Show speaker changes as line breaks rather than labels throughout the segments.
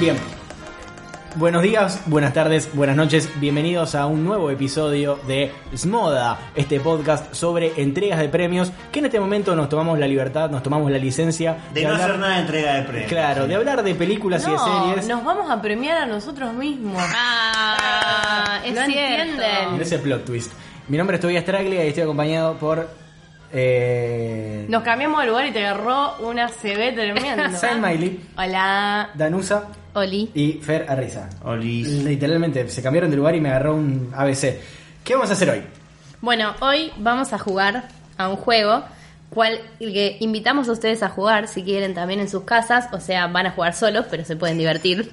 Bien. Buenos días, buenas tardes, buenas noches. Bienvenidos a un nuevo episodio de Smoda, este podcast sobre entregas de premios que en este momento nos tomamos la libertad, nos tomamos la licencia
De no hacer nada de entrega de premios.
Claro, de hablar de películas y de series.
nos vamos a premiar a nosotros mismos.
Ah, es
No
cierto.
entienden.
De ese plot twist. Mi nombre es Tobias Traglia y estoy acompañado por. Eh,
Nos cambiamos de lugar y te agarró una CB tremenda.
Sam Miley,
Hola.
Danusa
Oli.
y Fer Arriza.
Olis.
Literalmente se cambiaron de lugar y me agarró un ABC. ¿Qué vamos a hacer hoy?
Bueno, hoy vamos a jugar a un juego cual el que invitamos a ustedes a jugar si quieren también en sus casas, o sea, van a jugar solos, pero se pueden divertir.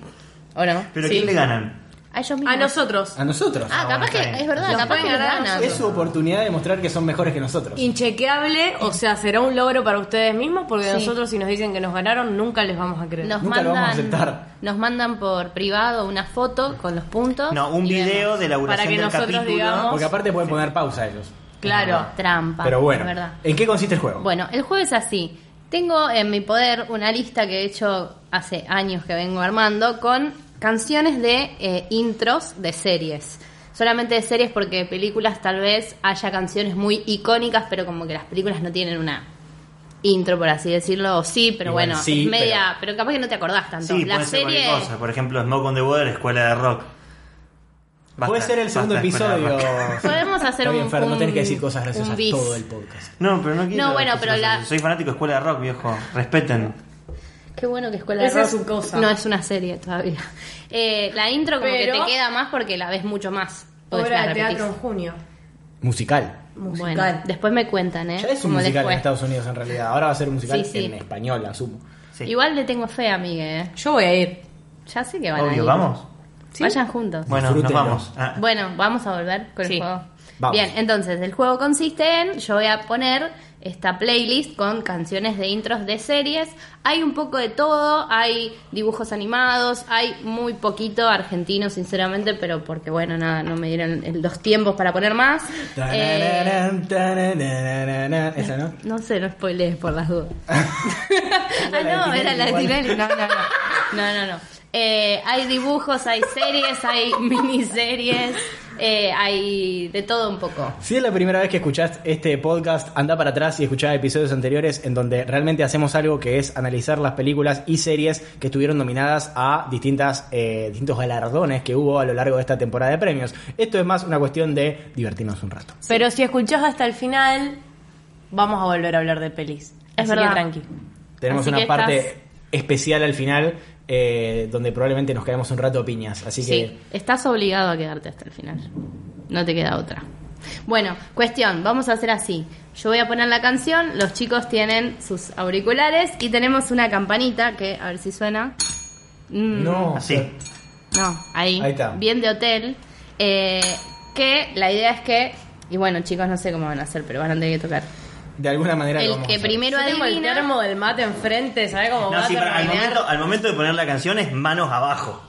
¿O no?
¿Pero
Sí.
quién le ganan?
A ellos mismos.
A nosotros.
A nosotros.
Ah,
bueno,
capaz
está bien.
que es verdad,
Los
capaz que
pueden ganar a
ganan.
Es su oportunidad de mostrar que son mejores que nosotros.
Inchequeable, o sea, será un logro para ustedes mismos porque
Sí.
nosotros si nos dicen que nos ganaron nunca les vamos a creer.
Nos
Nunca
mandan,
lo vamos a aceptar.
Nos mandan por privado una foto con los puntos.
No, un
y vemos.
video de elaboración
Para que
del
nosotros
capítulo.
digamos-
Porque aparte pueden poner pausa ellos.
Claro.
Trampa.
Pero bueno,
es verdad.
¿en qué consiste el juego?
Bueno, el juego es así. Tengo en mi poder una lista que he hecho hace años que vengo armando con canciones de eh, intros de series. Solamente de series porque películas tal vez haya canciones muy icónicas, pero como que las películas no tienen una intro, por así decirlo, o sí, pero
Igual
bueno,
sí,
es media, pero... capaz que no te acordás tanto.
Sí,
la
puede ser
serie...
cualquier cosa. Por ejemplo, Smoke on the Water, Escuela de Rock. Basta,
Puede ser el segundo
basta, Escuela de
episodio.
Rock.
Podemos hacer
Está bien,
un-
Fer, no tenés que
un-
decir cosas graciosas
un bis.
todo el podcast.
No, pero no quiero.
No, bueno,
que
pero
se
la-
hace. Soy fanático de Escuela de Rock, viejo. Respeten.
Qué bueno que Escuela de
Esa
Rock
es su cosa.
No es una serie todavía. Eh, la intro como que
Pero-
te queda más porque la ves mucho más. Podés
Obra
la
de
repetís.
teatro en junio.
Musical.
Bueno, después me cuentan, ¿eh?
Ya es un
Cómo les
musical
fue.
en Estados Unidos en realidad. Ahora va a ser un musical
Sí, sí.
en español, asumo.
Sí.
Igual le tengo fe, amigue. ¿eh?
Yo voy a ir.
Ya sé que van a
Obvio,
ir.
¿vamos?
¿Sí?
Vayan juntos.
Bueno,
Disfrútenlo.
nos vamos. Ah,
Bueno, vamos a volver con
Sí.
el juego.
Vamos.
Bien, entonces el juego consiste en, yo voy a poner esta playlist con canciones de intros de series. Hay un poco de todo, hay dibujos animados, hay muy poquito argentino, sinceramente, pero porque bueno, nada, no me dieron el- los tiempos para poner más. Eh,
Tarararán, tarararán, Esa, ¿no?
no sé, no spoilees por las dudas. ah,
la de
no, era
Tinelli
la de
igual.
Tinelli. No, no, no. No, no, no. Eh, hay dibujos, hay series, hay miniseries, eh, hay de todo un poco.
Si es la primera vez que escuchás este podcast, anda para atrás y escuchá episodios anteriores en donde realmente hacemos algo que es analizar las películas y series que estuvieron nominadas a distintas, eh, distintos galardones que hubo a lo largo de esta temporada de premios. Esto es más una cuestión de divertirnos un rato.
Pero si escuchás hasta el final, vamos a volver a hablar de pelis.
Es
Así que
verdad.
tranqui.
Tenemos
Así
una
que
parte
estás-
especial al final eh, donde probablemente nos quedemos un rato a piñas. Así que
Sí, estás obligado a quedarte hasta el final. No te queda otra. Bueno, cuestión, vamos a hacer así. Yo voy a poner la canción, los chicos tienen sus auriculares y tenemos una campanita que, a ver si suena. Mm,
no.
así.
No, ahí.
Ahí está.
Bien de hotel. Eh, que la idea es que, y bueno chicos, no sé cómo van a hacer, pero van a tener que tocar.
De alguna manera lo
El
vamos a
que
hacer.
primero
Yo tengo el
adivina...
termo del mate enfrente, ¿sabes cómo va
No, sí,
a
pero al,
terminar?
momento, al momento de poner la canción es manos abajo.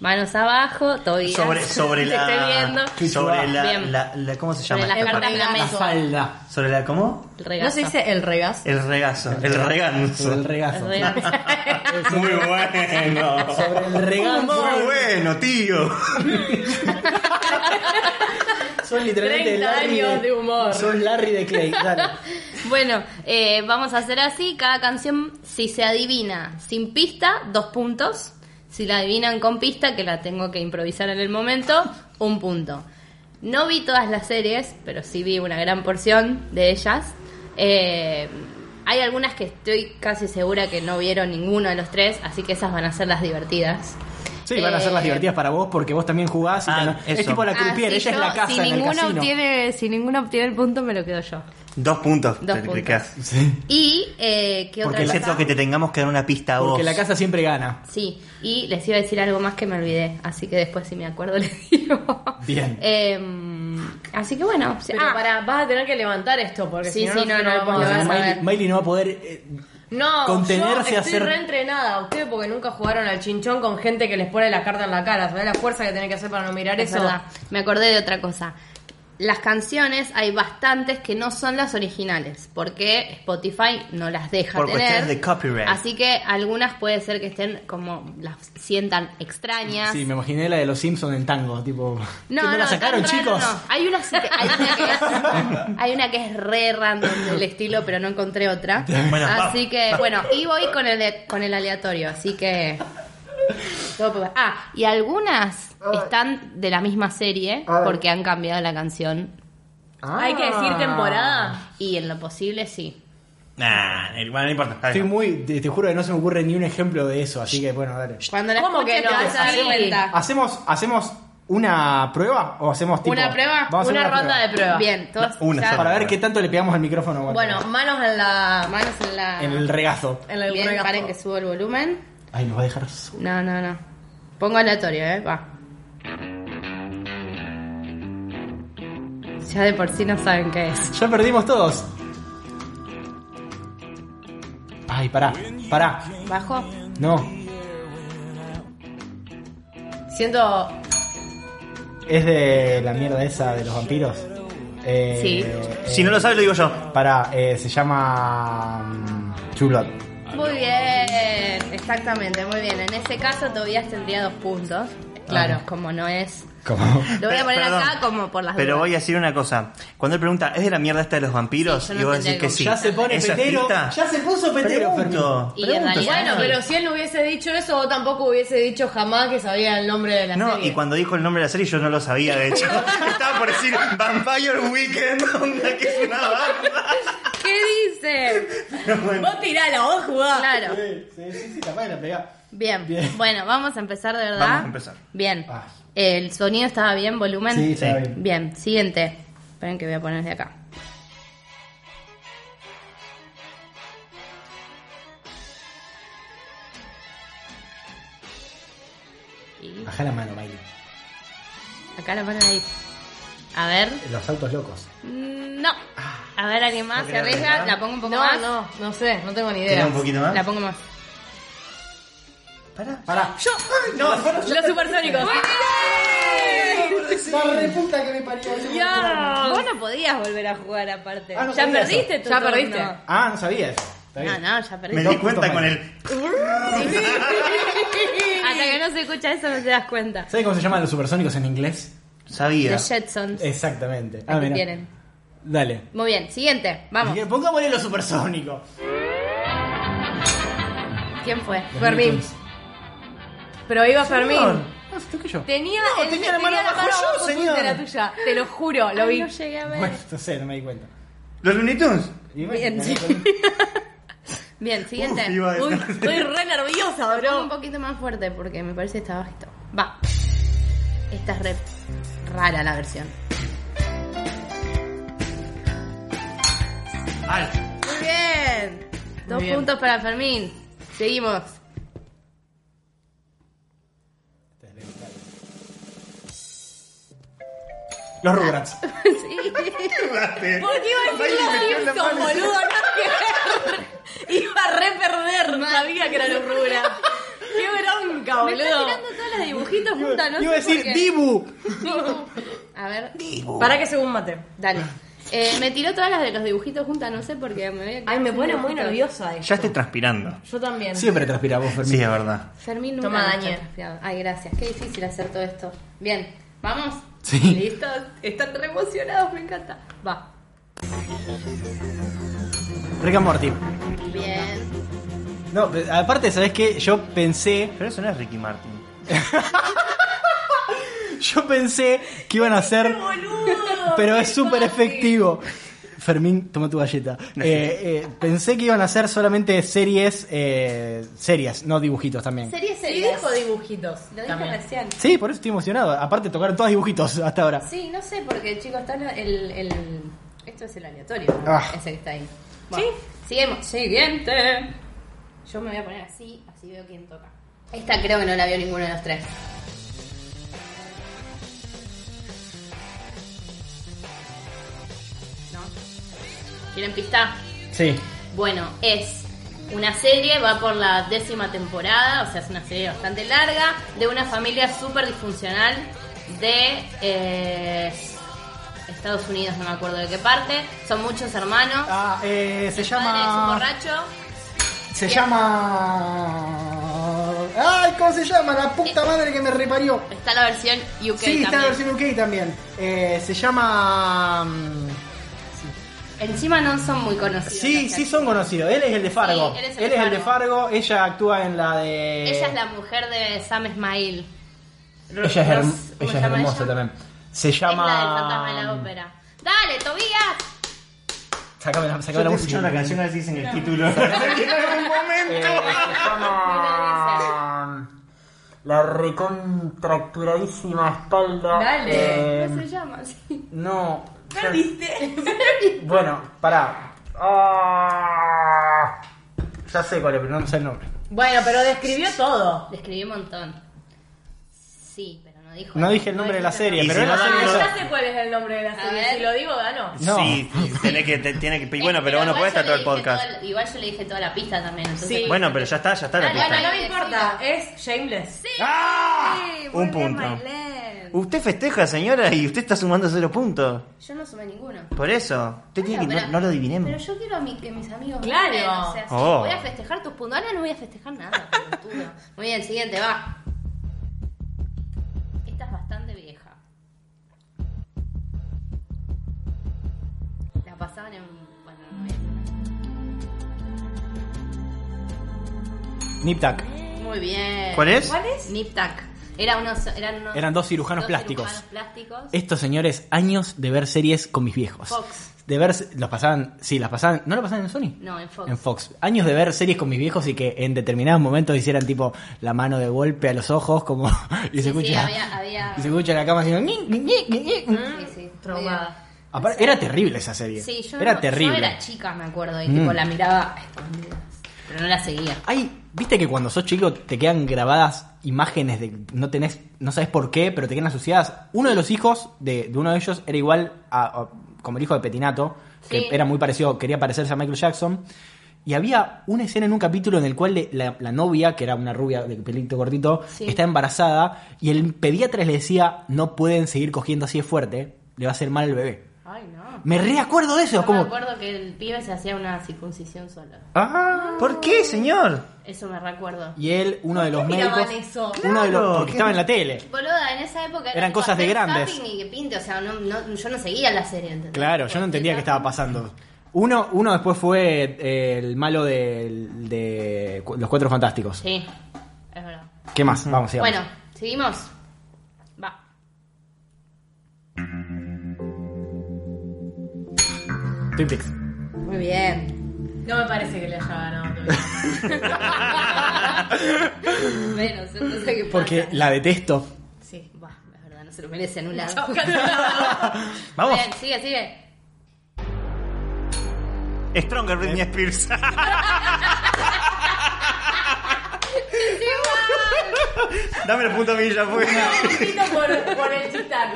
Manos abajo, Tobias.
Sobre, sobre
Te estoy viendo.
la. Sobre la,
Bien.
la, la- ¿Cómo se
Sobre
llama?
las
esta
cartas
parte?
en la
La
mesa.
falda.
Sobre la. ¿Cómo?
El regazo.
¿No se dice el regazo?
El regazo. El reganzo.
Sobre el
El
regazo.
regazo.
Muy bueno.
Sobre el regazo.
Muy bueno, tío.
Son literalmente
30
Larry
años de humor.
Son Larry de Clay. Dale.
Bueno, eh, vamos a hacer así. Cada canción, si se adivina sin pista, dos puntos. Si la adivinan con pista, que la tengo que improvisar en el momento, un punto. No vi todas las series, pero sí vi una gran porción de ellas. Eh, hay algunas que estoy casi segura que no vieron ninguno de los tres, así que esas van a ser las divertidas.
Sí, van a ser las
Eh,
divertidas para vos porque vos también jugás. Y
Ah,
te lo- Es
eso.
tipo la
Ah,
croupier,
si
ella es
yo-
la casa
si
en el
ninguno
casino.
obtiene, Si ninguno obtiene el punto, me lo quedo yo.
Dos puntos.
Dos
te- te
puntos.
quedás.
Y, eh, ¿qué
Porque
otra
es
cosa?
cierto que te tengamos que dar una pista a vos.
Porque la casa siempre gana.
Sí, y les iba a decir algo más que me olvidé, así que después si me acuerdo les digo.
Bien.
Em, así que bueno,
Pero
ah,
pará, vas a tener que levantar esto porque
Sí,
si no,
sí, no,
nosotros
no,
vamos
lo
a
vas
ver.
a ver.
Miley, Miley no va a poder eh,
No,
Contenerse
yo
a
estoy
hacer-
reentrenada. Ustedes porque nunca jugaron al chinchón con gente que les pone la carta en la cara. ¿Sabés la fuerza que tienen que hacer para no mirar
Es
eso?
verdad. Me acordé de otra cosa. Las canciones hay bastantes que no son las originales, porque Spotify no las deja
Por
tener.
cuestiones de copyright.
Así que algunas puede ser que estén como las sientan extrañas.
Sí, me imaginé la de los Simpsons en tango, tipo.
No,
¿que
no,
la
tan
sacaron,
raro
chicos?
no. Hay una, sí que- hay, una que es, hay una que es re random del estilo, pero no encontré otra.
Bueno,
así
va.
que, bueno, y voy con el, con el aleatorio, así que... todo por- Ah, y algunas están de la misma serie porque han cambiado la canción
Hay que decir
Ah.
temporada.
y en lo posible sí.
Nah, bueno, no importa. está
Estoy
bien.
muy. Te, te juro que no se me ocurre ni un ejemplo de eso, así que bueno, dale.
Cuando la
¿Cómo
escuches
que no?
te vas a dar
Sí.
cuenta.
¿Hacemos, ¿Hacemos una prueba o hacemos tipo.
¿Una prueba?
Vamos a hacer
una, ronda
prueba.
de pruebas.
Bien, todos
Una
ya-
sola.
Para ver qué tanto le pegamos al micrófono. Walter.
Bueno, manos en la.
Manos en la...
En el regazo.
En el
Bien,
regazo.
paren que subo el volumen.
Ay, nos va a dejar. so-
No, no, no. Pongo aleatorio, ¿eh? Va. Ya de por sí no saben qué es.
Ya perdimos todos. Ay, pará, pará.
¿Bajo?
No,
Siento.
es de la mierda esa de los vampiros. Eh,
Sí.
eh,
Si no lo sabes, lo digo yo.
Pará, eh, se llama. mm, True Blood.
Muy bien, exactamente, muy bien. En ese caso todavía tendría dos puntos. Claro, como no es.
Como-
Lo voy a
Pe-
poner
Ah. perdón,
acá como por las
Pero
dudas.
voy a decir una cosa. Cuando él pregunta, ¿es de la mierda esta de los vampiros?
Sí, yo no
y vos
entendía
decís que
cómo-
sí.
Ya se pone
¿Eso es
petero.
pista?
Ya se puso petero,
Pregunto.
Y en realidad
Bueno,
no.
pero si él no hubiese dicho eso, vos tampoco hubiese dicho jamás que sabía el nombre de la
No,
serie.
y cuando dijo el nombre de la serie yo no lo sabía, de hecho. Estaba por decir Vampire Weekend, onda, que es una banda.
¿Qué dice?
Pero bueno.
Vos tirala, vos jugá.
Claro.
Sí, sí, sí, sí, capaz que la pegá.
Bien.
Bien.
Bueno, vamos a empezar de verdad.
Vamos a empezar.
Bien.
Ah.
El sonido estaba bien, volumen.
Sí, estaba bien.
Bien, siguiente. Esperen que voy a poner de acá. Y
Baja la mano, Miley.
acá la ponen ahí. A ver.
Los autos locos.
Mm, No. A ver, alguien más
No
se
creo que
arriesga.
no.
La pongo un poco
No,
más.
no, no sé, no tengo ni
¿Tenés
idea.
un poquito más?
La pongo más.
Pará.
Pará.
Yo, los supersónicos.
La reputa que me parió.
Ya.
Vos no podías volver a jugar aparte.
Ah, no
ya
sabía eso.
perdiste tu
Ya
turno.
perdiste.
Ah, no sabías. Está
No,
bien.
no, ya perdiste.
Me
Dos
di cuenta
puntos
con
más.
el...
Hasta que no se escucha eso no te das cuenta.
¿Sabes cómo se llaman los supersónicos en inglés?
Sabía.
Los
Eh,
Jetsons.
Exactamente.
Aquí
mirá.
tienen.
Dale.
Muy bien, siguiente. Vamos.
Y que Pongámosle los supersónicos.
¿Quién fue?
Fermín. Pero iba Fermín.
No, sé, qué yo.
Tenía,
No,
él-
tenía la mano abajo yo,
abajo
señor.
de la tuya. Te lo juro, lo vi.
No llegué a ver.
Bueno, no sé, no me di cuenta.
¿Los Looney Tunes?
Y bueno,
Bien,
me
sí.
acuerdo.
Bien, siguiente.
Uf, iba a-
Uy, estoy re nerviosa,
Pongo un
bro.
poquito más fuerte porque me parece que está bajito. Va. Esta es re rara la versión.
Al.
Muy bien. Dos
bien.
puntos para Fermín. Seguimos.
Los Rugrats.
sí.
¿Qué jugaste?
¿Por qué iba a
Miley
decir los
metió la
Simpsons,
mano.
boludo? Nada que ver. Iba a re perder. Sabía que era los Rugrats. Qué bronca,
Me está
boludo.
tirando todos los dibujitos juntas, no
Iba a
sé por
decir
qué.
Dibu.
A ver,
Para que según mate.
dale. Eh, me tiró todas las de los dibujitos juntas, no sé por qué. Me voy a quedar
Ay, me
sin
pone muy
dibujitos.
nerviosa
Ya
esto.
estoy transpirando.
Yo también.
Siempre transpira vos, Fermín.
Sí, es verdad.
Fermín nunca
Toma,
nos
Daniel.
ha desafiado. Ay, gracias. Qué difícil hacer todo esto. Bien, ¿vamos?
Sí.
¿Listos? Están re emocionados, me encanta. Va.
Rick and Morty.
Bien.
No, pe- aparte, ¿sabes qué? Yo pensé.
Pero eso no es Ricky Martin.
Yo pensé que iban a ser. Pero es súper efectivo. Fermín, toma tu galleta. Eh, eh, pensé que iban a ser solamente series. eh, series, no dibujitos también.
Serie,
Sí,
serie.
dijo dibujitos.
Lo dije
también.
recién.
Sí, por eso estoy emocionado. Aparte, tocaron todos dibujitos hasta ahora.
Sí, no sé, porque chicos, está la- el, el- esto es el aleatorio. ¿no?
Ah.
Ese que está ahí. sí. Seguimos. Siguiente. Yo me voy a poner así, así veo quién toca. Esta creo que no la vio ninguno de los tres. ¿No? ¿Quieren pista?
Sí.
Bueno, es Una serie, va por la décima temporada, o sea, es una serie bastante larga, de una familia súper disfuncional de eh, Estados Unidos, no me acuerdo de qué parte. Son muchos hermanos.
Ah, eh, se
el padre es un
llama.
borracho.
Se llama. ¡Ay, cómo se llama! La puta madre que me reparió.
Está la versión UK
sí, está la
también.
versión UK también. Eh, se llama. mm,
Encima no son muy conocidos.
Sí,
los
sí
actores.
son conocidos. Él es el de Fargo.
Sí, él
él
es
es
el
el,
de
de Fargo. Ella actúa en la de.
Ella es la mujer de Sam Esmail.
Ella es, herm-
No sé, ¿cómo
ella es
se llama
hermosa
ella?
también. Se
Es
llama.
la del fantasma de la ópera. ¡Dale, Tobías!
Sácame la,
Yo
sácame la
te escucho
música.
la canción así en el título. en algún
Eh,
momento.
se llama. La recontracturadísima espalda.
Dale.
Eh,
¿Cómo se llama? Sí.
no.
¿Perdiste?
Bueno, pará. Ah, ya sé cuál es, pero no sé el nombre.
Bueno, pero describió todo.
Le escribí un montón. Sí, pero no dijo.
No dije el nombre de la serie,
Y
pero
si
es la
no,
serie
no,
esa.
Ah, Ya sé cuál es el nombre de la
ver.
serie. Si lo digo, gano.
No.
Sí, tiene que, te- tiene que. y Bueno, pero vos no
igual
podés
yo
estar todo
le
el
dije
podcast.
toda la- igual yo le dije toda la pista también. entonces-
Sí.
Bueno, pero ya está, ya está la
Dale,
Bueno,
pista.
no me importa. Es Shameless.
¡Ah!
Sí, muy
Un
bien,
punto.
Mailén.
Usted festeja, señora, y usted está sumando cero puntos.
pues, Yo no sumé ninguno.
Por eso. Usted tiene
Bueno,
que. No,
pero-
no lo
Pero
adivinemos.
yo quiero a mi- que mis amigos.
Claro.
ganen, o sea, si
Oh.
voy a festejar tus puntos. Ahora no voy a festejar nada, pelotudo. Muy bien, siguiente, va. Esta es bastante vieja. La pasaban en. Bueno, no voy a hacer
Nip Tuck.
nada. Muy bien.
¿Cuál es?
¿Cuál es?
Nip Tuck. Era unos, eran, unos-
Eran dos cirujanos plásticos.
cirujanos plásticos.
Estos señores, años de ver series con mis viejos.
Fox.
De ver, los pasaban, sí, las pasaban, ¿no las pasaban en Sony?
No, en Fox.
En Fox. Años de ver series con mis viejos y que en determinados momentos hicieran tipo la mano de golpe a los ojos, como, y se
Sí,
escucha,
sí, había- había-
y se escucha la cama haciendo, "Ñi, ñi, ñi, ñi".
Sí, sí.
Traumada.
Aparte, era terrible esa serie.
Sí, yo
era
no-
terrible.
Yo era Mm. chica, me acuerdo, y tipo la miraba a escondidas, pero no la seguía.
Hay, viste que cuando sos chico te quedan grabadas imágenes de no tenés, no sabes por qué, pero te quedan asociadas. Uno de los hijos de, de uno de ellos era igual a, a- como el hijo de Petinato, que
Sí.
era muy parecido, quería parecerse a Michael Jackson. Y había una escena en un capítulo en el cual le- la, la novia, que era una rubia de pelito cortito,
Sí.
está embarazada y el pediatra le decía, no pueden seguir cogiendo así de fuerte, le va a hacer mal al bebé.
Ay, no.
Me reacuerdo de eso,
Yo
como...
me acuerdo que el pibe se hacía una circuncisión solo.
Ah.
¿Por qué, señor?
Eso me recuerdo.
Y él, uno de los
qué miraban
médicos...
eso?
Uno de
Claro,
los... Porque
qué-
estaba en la tele.
Boluda, en esa época era
Eran
tipo
cosas de
hacer
grandes.
zapping y que pinte, o sea, no, no- yo no seguía la serie, ¿entendés?
Claro, yo no entendía qué estaba pasando. Uno, uno después fue eh, el malo de, de Cu- Los Cuatro Fantásticos.
Sí, es verdad.
¿Qué más? Vamos, sigamos.
Bueno, seguimos. Va.
Twin Peaks.
Muy bien.
No me parece que le haya ganado. todavía.
Menos, entonces qué pasa.
Porque la detesto.
Sí, va, es verdad, no se lo merece en un lado.
Chau, cantado.
Vamos.
Bien, sigue, sigue.
Stronger Britney Spears. Dame los puntos a mí ya fue.
Felicito por, por el titán.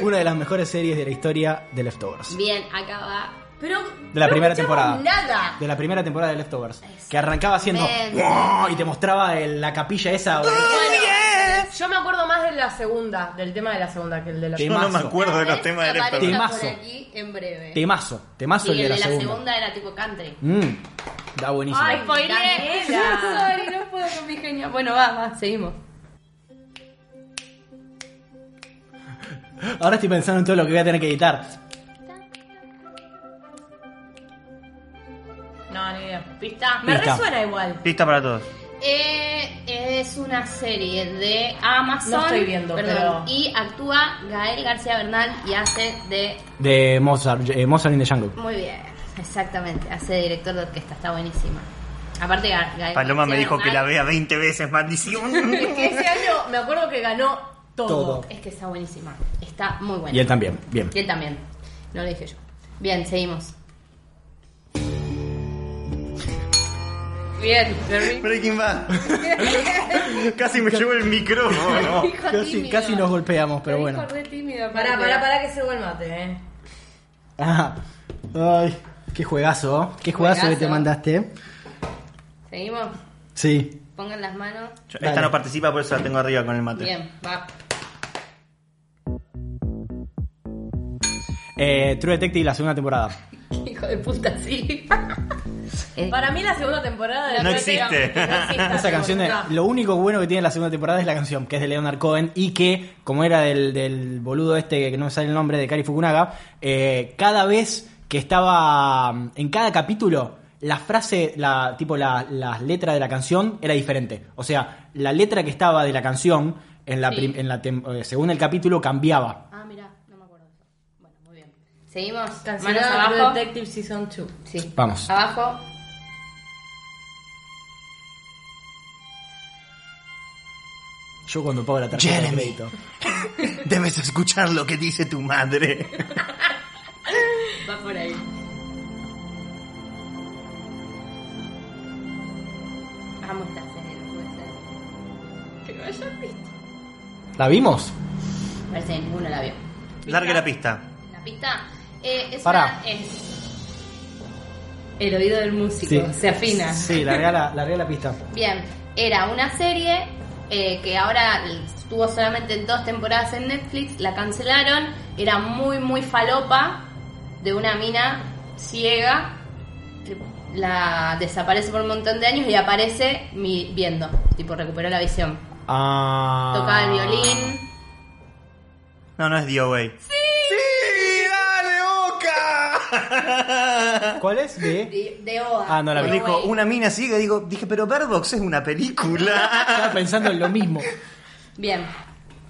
Una de las mejores series de la historia de Leftovers.
Bien, acá va.
Pero
De la
no
primera
escuchamos
temporada.
Nada.
De la primera temporada de Leftovers. Que arrancaba haciendo...
Exactamente.
"Wow", Y te mostraba el- la capilla esa.
Yo me acuerdo más de la segunda, del tema de la segunda que el de la
Sí.
Yo no me
Temazo.
acuerdo de los
Aparece-
temas de
aparece
Leftovers.
Temazo.
por aquí en breve.
Temazo. Temazo
Sí,
el de la segunda.
era tipo country.
Mm, da buenísimo.
Ay, spoileé.
Sorry, no puedo con mi genio. Bueno, va, va, seguimos.
Ahora estoy pensando en todo lo que voy a tener que editar.
No, ni idea.
¿Pista?
Me
Pista.
resuena igual.
Pista para todos.
Eh, es una serie de Amazon.
No estoy viendo, pero-
Y actúa Gael García Bernal y hace de...
De Mozart, eh, Mozart in the Jungle.
Muy bien, exactamente. Hace de director de orquesta, está buenísima. Aparte, Ga- Gael
Paloma
García
me dijo que la
Bernal-
vea 20 veces, maldición.
Es que ese año me acuerdo que ganó todo.
Todo.
Es que está buenísima. Está muy buena.
Y él también. Bien.
Y él también. No lo dije yo. Bien, seguimos. Bien, Jerry.
Breaking Bad. Casi me llevo el micrófono.
Hijo
Casi,
tímido.
casi nos golpeamos, pero
Hijo
bueno.
re tímido,
Pará,
aparte.
pará, pará que se el mate, eh.
Ah, Ay, qué juegazo, qué juegazo, que
Juegazo.
te mandaste.
¿Seguimos?
Sí.
Pongan las manos.
Yo-
Dale.
Esta no participa, por eso la tengo arriba con el mate.
Bien, va.
Eh, True Detective, la segunda temporada.
Hijo de puta, sí.
Eh,
Para mí la segunda temporada de
No
Red Dead
existe.
Redemption no existe.
Esa canción, de-
No.
lo único bueno que tiene la segunda temporada es la canción, que es de Leonard Cohen y que, como era del, del boludo este que no me sale el nombre, de Kari Fukunaga, eh, cada vez que estaba mm, en cada capítulo, la frase, la tipo la, la letra de la canción era diferente. O sea, la letra que estaba de la canción en la,
Sí.
prim- en la tem- eh, según el capítulo cambiaba.
Ah, mira, no me acuerdo de eso. Bueno, muy bien. ¿Seguimos?
Canciones
Manos
abajo.
abajo.
Detective Season 2.
Sí.
Vamos.
Abajo.
Yo cuando pago la tarjeta de
Jeremy.
crédito.
Debes escuchar lo que dice tu madre.
Va por ahí. Amo esta serie, no puede ser. Que no hayan visto.
¿La vimos?
Parece que ninguno la vio.
Larga la pista.
La pista eh, es,
Pará.
una- es el oído del músico,
Sí.
se afina.
Sí, largué la, largué la pista.
Bien, era una serie eh, que ahora tuvo solamente dos temporadas en Netflix, la cancelaron, era muy, muy falopa de una mina ciega que la desaparece por un montón de años y aparece mi, viendo, tipo recuperó la visión.
Ah.
Tocaba el violín.
No, no es The Away. ¡Sí! ¡Sí! ¡Dale, boca!
¿Cuál es? De-
De, de Oa.
Ah, no la
De
vi.
Oa.
Dijo, una mina sigue, digo, dije, pero Bird Box es una película.
Estaba pensando en lo mismo.
Bien,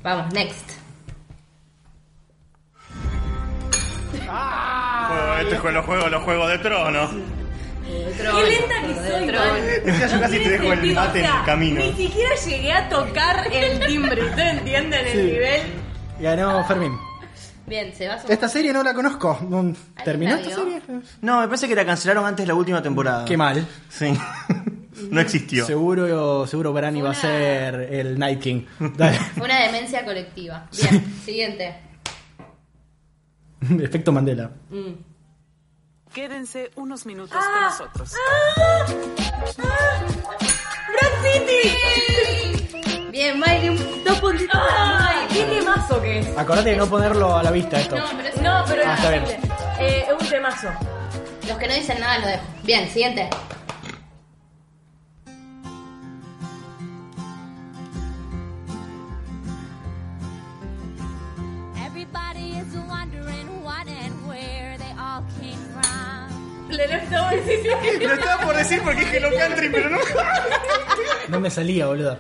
vamos, next.
Esto es con este los juegos, los juegos de trono.
Qué lenta que soy, man.
Ya yo
No
casi
tiene
te dejo el
sentido,
mate
o
en
sea,
el camino.
Ni siquiera llegué a tocar el timbre. ¿Ustedes entienden el
Sí.
nivel?
Ganó Fermín.
Bien, se va a
Esta serie no la conozco. No, ¿Terminó
la
esta
vio?
serie?
No, me parece que la cancelaron antes de la última temporada.
Ah. Qué mal.
Sí. No existió.
Seguro, seguro Verán iba a
Una-
ser el Night King. Dale.
Fue una demencia colectiva. Bien, siguiente.
Efecto Mandela.
Mm.
Quédense unos minutos con nosotros.
Bien, Mike, dos puntitos.
¡Ay, qué temazo que es!
Acordate de no ponerlo a la vista esto.
No, pero es-
No, pero
Ah, está bien.
Eh, es un temazo.
Los que no dicen nada lo dejo. Bien, siguiente.
Everybody is wondering what and where they all came from.
Le le- no, sí, sí, sí.
Lo estaba por decir porque es Hello Country, pero no.
No me salía, boludo.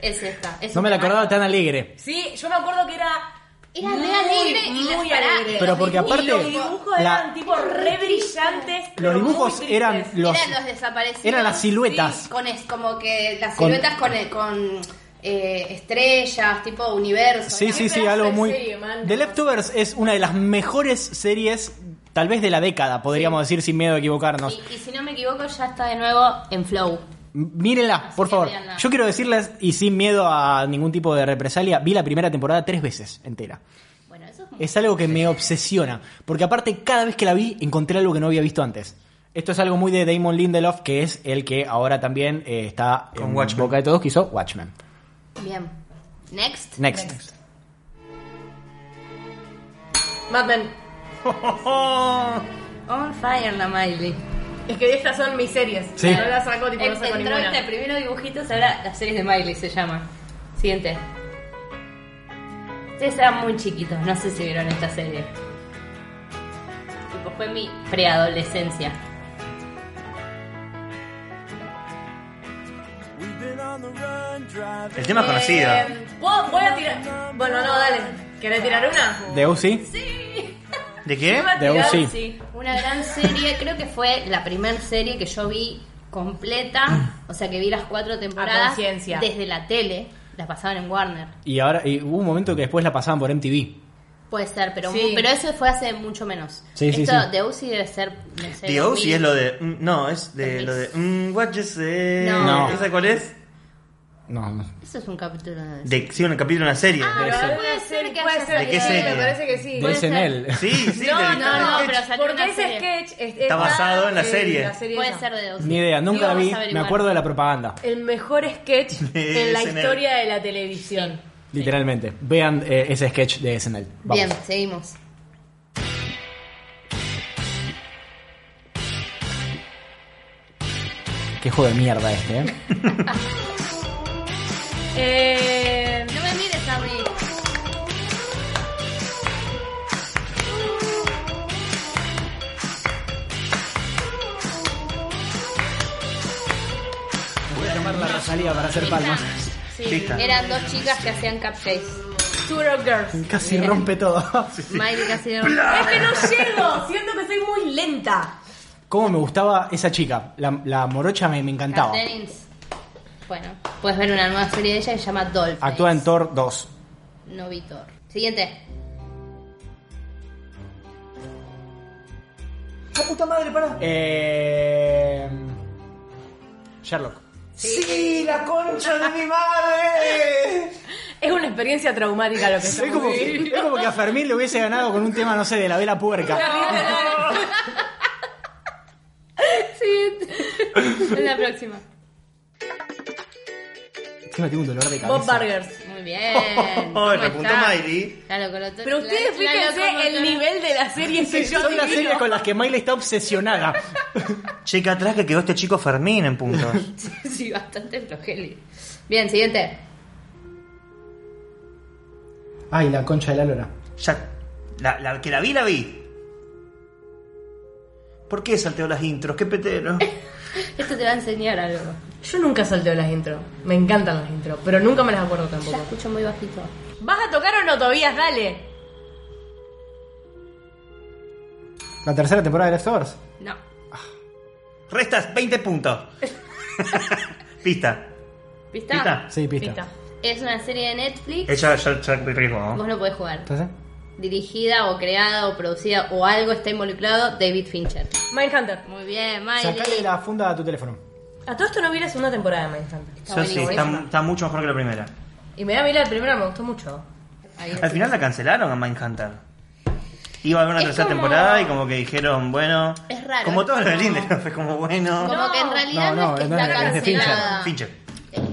Es esta. es
No me la
esta.
acordaba tan alegre.
Sí, yo me acuerdo que era.
Era
muy,
re alegre y las
muy
pará-
alegre.
Pero porque
Y los
aparte.
dibujos
la-
eran tipo re brillantes. pero
los dibujos
muy tristes.
eran los.
Eran los desaparecidos.
eran las siluetas.
Sí, con es, como que las
Con-
siluetas con, el- con, eh, estrellas, tipo universo.
Sí,
¿no?
sí, sí,
pedazo
algo
de
muy.
serie, man.
The Leftovers es una de las mejores series, tal vez de la década, podríamos decir sin miedo a equivocarnos.
Y, y si no me equivoco, ya está de nuevo en Flow.
Mírenla, por
que
favor.
véanla.
Yo quiero decirles, y sin miedo a ningún tipo de represalia, vi la primera temporada tres veces entera.
Bueno, eso es muy...
Es algo que me obsesiona, porque aparte cada vez que la vi encontré algo que no había visto antes. Esto es algo muy de Damon Lindelof, que es el que ahora también eh, está
Con
en
Watchmen.
boca de todos, que hizo Watchmen.
Bien. Next.
Next.
Mad Men.
On Fire, la Miley.
Es que estas son mis series.
Sí.
No las saco, tipo, no saco
Entró
ninguna.
este primero dibujitos, ahora las series de Miley se llama. Siguiente. Ustedes eran muy chiquitos, no sé si vieron esta serie. Tipo, fue mi preadolescencia.
El tema es conocido.
Eh, ¿puedo- voy a tirar. Bueno, no, dale. ¿Querés tirar una?
¿De OC?
¿De qué?
Iba a
De
tirar-
OC.
sí.
Una gran serie, creo que fue la primera serie que yo vi completa, o sea que vi las cuatro temporadas
conciencia.
desde la tele, la pasaban en Warner.
Y ahora y hubo un momento que después la pasaban por MTV.
Puede ser, pero
Sí.
pero eso fue hace mucho menos.
Sí, sí,
Esto
sí.
de OC debe ser, no sé,
The O.C.
2000.
es lo de. mm, No, es de lo de. mm, what you say.
No.
No.
¿Esa cuál es?
No, no.
Eso es un capítulo de...
De, sí, un capítulo de una serie.
Ah,
Puede
pero
ser.
puede ser que
puede
haya
ser,
¿De qué
sí,
serie?
Me parece que sí.
De SNL.
Sí, sí.
No,
del-
no, no, pero salió
Porque
una
ese
serie.
sketch es-
Está basado en la
de
serie.
serie
Puede
esa.
ser de dos.
Ni idea,
Lo
nunca
vamos
vi.
a
Me
averiguar.
acuerdo de la propaganda,
El mejor sketch
De
en la
SNL.
historia de la televisión.
literalmente. Vean eh, ese sketch de SNL. Vamos.
Bien, seguimos.
Qué juego de mierda este, ¿eh?
Eh,
No me mires a mí.
Voy a llamar la Rosalía para hacer palmas.
Sí,
Pista.
eran dos chicas que hacían cupcakes.
Tour of Girls.
Casi rompe todo.
Miley casi era-
Es que no llego, siento que soy muy lenta.
Cómo me gustaba esa chica. La, la morocha me, me encantaba.
Catherines. Bueno, puedes ver una nueva serie de ella que se llama Dollface.
Actúa en Thor 2.
No vi Thor. Siguiente.
puta madre, para! Eh... Sherlock. Sí. la concha de mi madre.
Es una experiencia traumática lo que
Es
estamos
como, que,
viviendo.
es como que a Fermín le hubiese ganado con un tema, no sé, de la vela puerca.
Siguiente. la próxima.
Encima tengo un dolor de cabeza.
Bob Burgers.
Muy bien.
Oh,
¿Cómo
repuntó
está?
Miley.
La locoloto-
Pero ustedes
la- la
fíjense el
locomotora.
nivel de las series que
Sí,
yo
son las
adivino.
series con las que Miley está obsesionada.
Checa atrás que quedó este chico Fermín en puntos.
Sí, sí, bastante flojeli. Bien, siguiente.
Ay, la concha de la lora.
Ya. La, la que la vi, la vi. ¿Por qué salteó las intros? ¡Qué petero!
Esto te va a enseñar algo.
Yo nunca salteo las intro. Me encantan las intro, pero nunca me las acuerdo
Yo la
tampoco.
escucho muy bajito.
¿Vas a tocar o no, Tobías? Dale.
La tercera temporada de Leftovers.
No.
Restas 20 puntos. Pista.
¿Viste?
Pista.
Sí, pista.
Pista.
Es una serie de Netflix.
Ella Eh, ya, ya riesgo, ¿no?
Vos no podés jugar.
¿Entonces?
Dirigida o creada o producida o algo está involucrado David Fincher.
Mindhunter.
Muy bien, Miley.
Sacale la funda a tu teléfono.
A todo esto no vi la segunda temporada de Mindhunter.
Está
Yo sí,
buenísimo.
está, está mucho mejor que la primera.
Y me da a mí la primera, me gustó mucho.
Ahí
Al final la cancelaron a Mindhunter. Iba a haber una
Es
tercera
como-
temporada y como que dijeron, bueno...
Es raro,
Como
es
todos los de
como-
Lindelof, es como bueno...
Como que en realidad
No,
no,
no,
es que
no,
está
es de Fincher.
cancelada.
Fincher.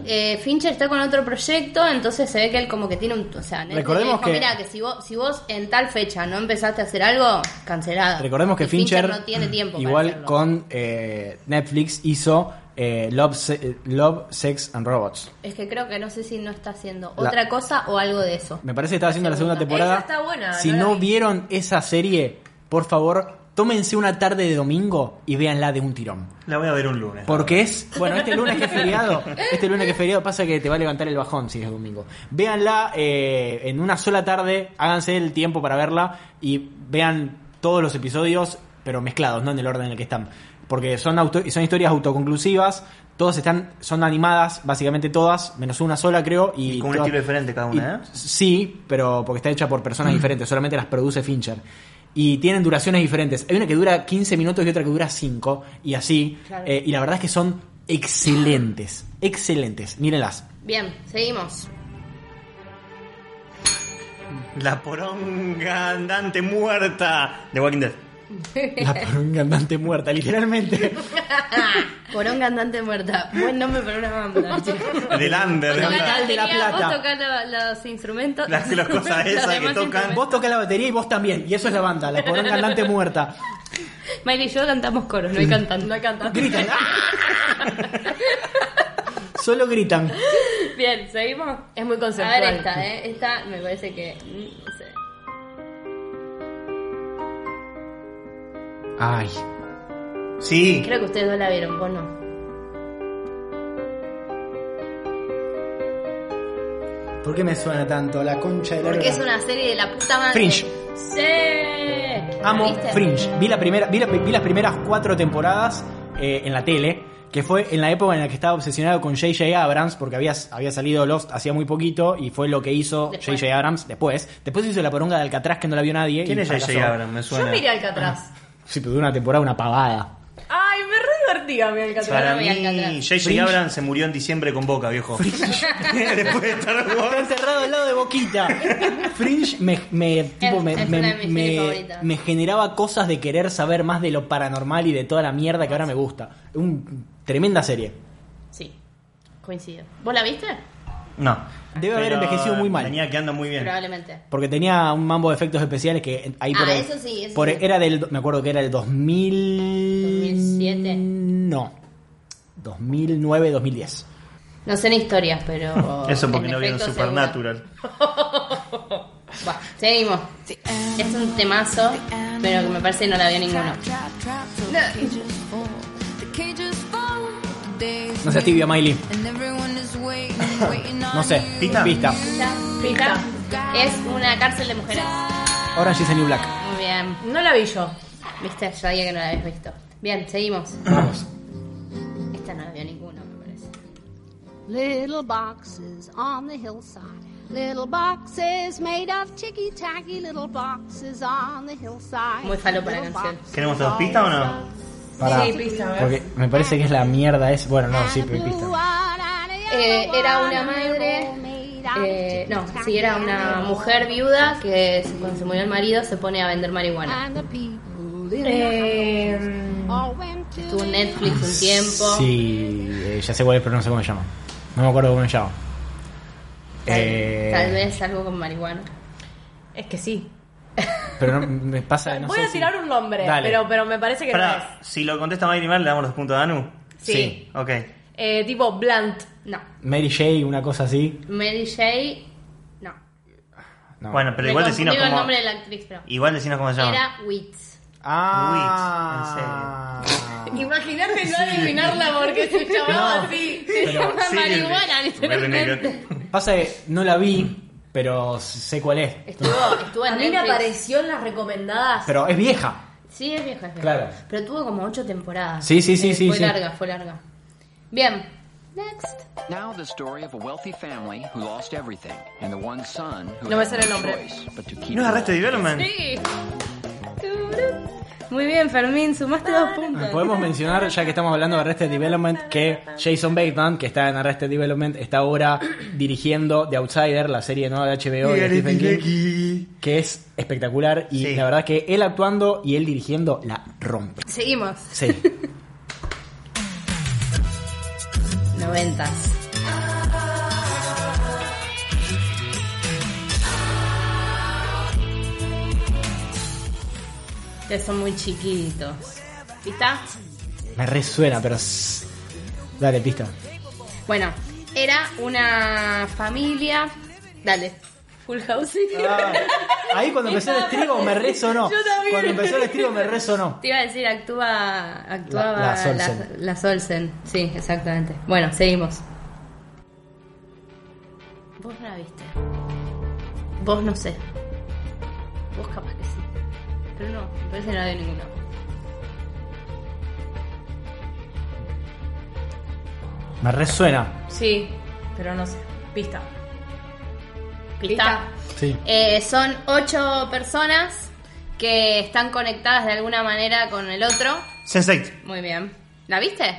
Eh, Fincher está con otro proyecto, entonces se ve que él como que tiene un... O sea, Netflix
Recordemos
le dijo,
que-
Mira, que si vos, si vos en tal fecha no empezaste a hacer algo, cancelada.
Recordemos que
Y
Fincher,
no tiene tiempo
igual
para hacerlo.
con eh, Netflix hizo eh, Love, Se- eh, Love, Sex and Robots.
Es que creo que no sé si no está haciendo
La-
otra cosa o algo de eso.
Me parece que estaba haciendo la segunda temporada.
Esa está buena,
si
no la
no,
vi.
vieron esa serie, por favor, tómense una tarde de domingo y véanla de un tirón.
La voy a ver un lunes.
Porque es, bueno, este lunes que es feriado, este lunes que es feriado pasa que te va a levantar el bajón si es domingo. Véanla eh, en una sola tarde, háganse el tiempo para verla y vean todos los episodios, pero mezclados, no en el orden en el que están. Porque son, auto- son historias autoconclusivas, todas están, son animadas, básicamente todas, menos una sola creo. Y,
Y con un
todas-
estilo diferente cada una, ¿eh?
y- Sí, pero porque está hecha por personas diferentes, solamente las produce Fincher. Y tienen duraciones diferentes. Hay una que dura 15 minutos y otra que dura 5, y así. Eh, y la verdad es que son excelentes, excelentes. Mírenlas.
Bien, seguimos.
La poronga andante muerta de Walking Dead.
La poronga andante muerta, literalmente.
Poronga andante muerta. Buen nombre para una banda. chicos.
Del under.
Con
del
la
under.
Capital de la
Quería
Plata.
Vos tocar los instrumentos.
Las- las cosas esas
Los
que
demás
tocan.
instrumentos.
Vos tocás la batería y vos también. Y eso es la banda, la poronga andante muerta.
Miley y yo cantamos coros, no hay cantante.
No hay cantante.
Gritan. ¡ah! Solo gritan.
Bien, seguimos.
Es muy
A
conceptual.
ver esta, ¿eh? Esta me parece que... mm, No sé.
Ay.
Sí.
Creo que ustedes dos la vieron, vos no.
¿Por qué me suena tanto la concha de la
Porque
lora?
es una serie de la puta madre.
Fringe.
Sí.
Amo
¿Viste?
Fringe. Vi, la primera, vi, la- vi las primeras cuatro temporadas eh, en la tele, que fue en la época en la que estaba obsesionado con J.J. Abrams, porque había, había salido Lost hacía muy poquito y fue lo que hizo
Después.
J.J. Abrams después. Después hizo La Poronga de Alcatraz, que no la vio nadie.
¿Quién
y
es J.J.
fracasó.
Abrams? Me
Yo
suena.
miré Alcatraz.
Sí, pero de una temporada, una pavada.
Ay, me re
dígame Alcatraz.
Para
no voy a
mí,
encontrar.
J.J. Abrams se murió en diciembre con Boca, viejo. Después de Star
Está
Wars.
encerrado al lado de Boquita. Fringe me, me, tipo, me,
es
me-
una de mis
me-
series favoritas.
me generaba cosas de querer saber más de lo paranormal y de toda la mierda que ahora me gusta. Un, tremenda serie.
Sí, coincido. ¿Vos la viste?
No. Debe haber
Pero
envejecido muy mal.
Venía quedando muy bien.
Probablemente.
Porque tenía un mambo de efectos especiales que ahí
Ah,
por el-
eso sí, eso
por
sí.
Era del, me acuerdo que era del 2000...
2007.
No. 2009, 2010.
No sé en historias, pero.
Eso porque
en
no vieron
efecto,
Supernatural.
seguro. Va, seguimos. Es un temazo, pero que me parece que no la vio ninguno.
No seas tibia, Miley. No
No
sé.
Pista.
Pista.
Pita es una cárcel de mujeres.
Orange is the New Black.
Muy bien.
No la vi yo.
Viste, yo sabía que no la habías visto. Bien, seguimos. Esta no la vio ninguno, me parece.
Little boxes on the hillside. Little boxes made of chicky tacky little boxes on the hillside.
Muy falopa la canción.
¿Queremos dos pistas o no?
Pará.
Sí, pista, a ver.
Porque me parece que es la mierda es... Bueno, no, sí, pista.
Eh, era una madre. eh, no, sí, era una mujer viuda que se- cuando se murió el marido se pone a vender
Ah,
marihuana.
Eh,
Tuvo un Netflix un tiempo.
Sí, eh, ya sé cuál es, pero no sé cómo se llama. No me acuerdo cómo se llama.
Tal,
Eh,
tal vez algo con marihuana.
es que sí.
Pero no, me pasa. No
Voy
sé
a
si-
tirar un nombre,
Dale.
pero, pero me parece que no es.
Pará, si lo contesta Mayri mal, le damos los puntos a Danu.
Sí.
Ok.
Eh, tipo Blunt.
No.
Mary Jane, una cosa así.
Mary J. No.
No.
Bueno, pero
Me
igual
confundió
decinos
el
cómo.
nombre de la actriz, pero.
Igual decinos cómo se llama.
Era Wits.
Ah,
Imagínate no adivinarla porque se llamaba así.
Se llama
sí,
marihuana,
sí. Voy a tener que-
literalmente.
Pasa que no la vi, pero sé cuál es.
Estuvo, estuvo en
A mí me
Netflix.
apareció en las recomendadas.
Pero es vieja.
Sí, es vieja, es vieja.
Claro.
Pero tuvo como ocho temporadas. Eh,
Sí, sí, sí, sí,
Fue
sí.
larga, fue larga. Bien. Next.
Now the story of a wealthy family who lost everything and the one son who
No me
had
sale el
no
nombre.
choice but to keep
¿No
it
agarraste
all.
Development?
Sí. Muy bien, Fermín, sumaste dos puntos.
Ah, Podemos mencionar, ya que estamos hablando de Arrested Development, que Jason Bateman, que está en Arrested Development, está ahora dirigiendo The Outsider, la serie nueva de HBO de Stephen King, que es espectacular y
Sí.
la verdad que él actuando y él dirigiendo la rompe.
Seguimos.
Sí.
Noventas. Ustedes son muy chiquitos. ¿Pista?
Me resuena, pero. s- Dale, pista.
Bueno, era una familia. Dale. Full house.
Ah. ahí cuando empezó el estribo me resonó.
Yo también.
Cuando empezó el estribo me resonó.
Te iba a decir, actúa, actuaba
La- la Solsen.
la- la Solsen. Sí, exactamente. Bueno, seguimos. Vos no la viste. Vos no sé. Vos capaz que sí. Pero no, me parece que no la veo ninguno.
Me resuena.
Sí, pero no sé. Pista.
¿Pista?
Sí.
Eh, son ocho personas que están conectadas de alguna manera con el otro.
Sense8.
Muy bien. ¿La viste?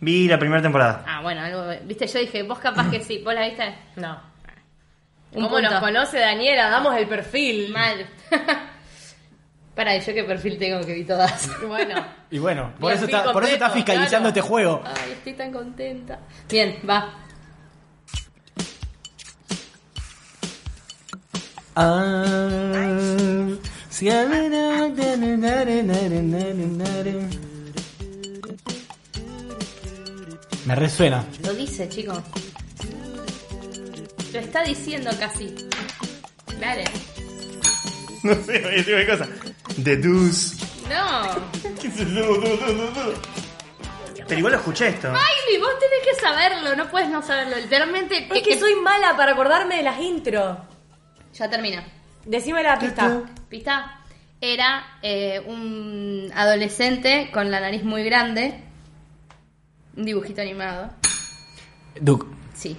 Vi la primera temporada.
Ah, bueno, algo. Viste, yo dije, vos capaz que sí. ¿Vos la viste?
No.
Un
¿Cómo nos
punto.
conoce Daniela? Damos el perfil.
Mal. Para, ¿yo qué perfil tengo que vi todas?
Bueno.
Y bueno, por
Bien,
eso,
sí,
está, por eso
completo,
está fiscalizando
claro.
este juego.
Ay, estoy tan contenta. Bien, va.
Ah, si- Me resuena.
Lo dice, chicos. Lo está diciendo casi. Dale.
No sé, voy a decir una cosa. The Deuce.
No.
¿Qué es el du, du, du, du, du? Pero igual lo escuché esto.
Miley, vos tenés que saberlo. No puedes no saberlo. Literalmente.
Es que soy mala para acordarme de las intros.
Ya termina.
Decime la pista.
¿Pista? Era eh, un adolescente con la nariz muy grande. Un dibujito animado.
Duke.
Sí.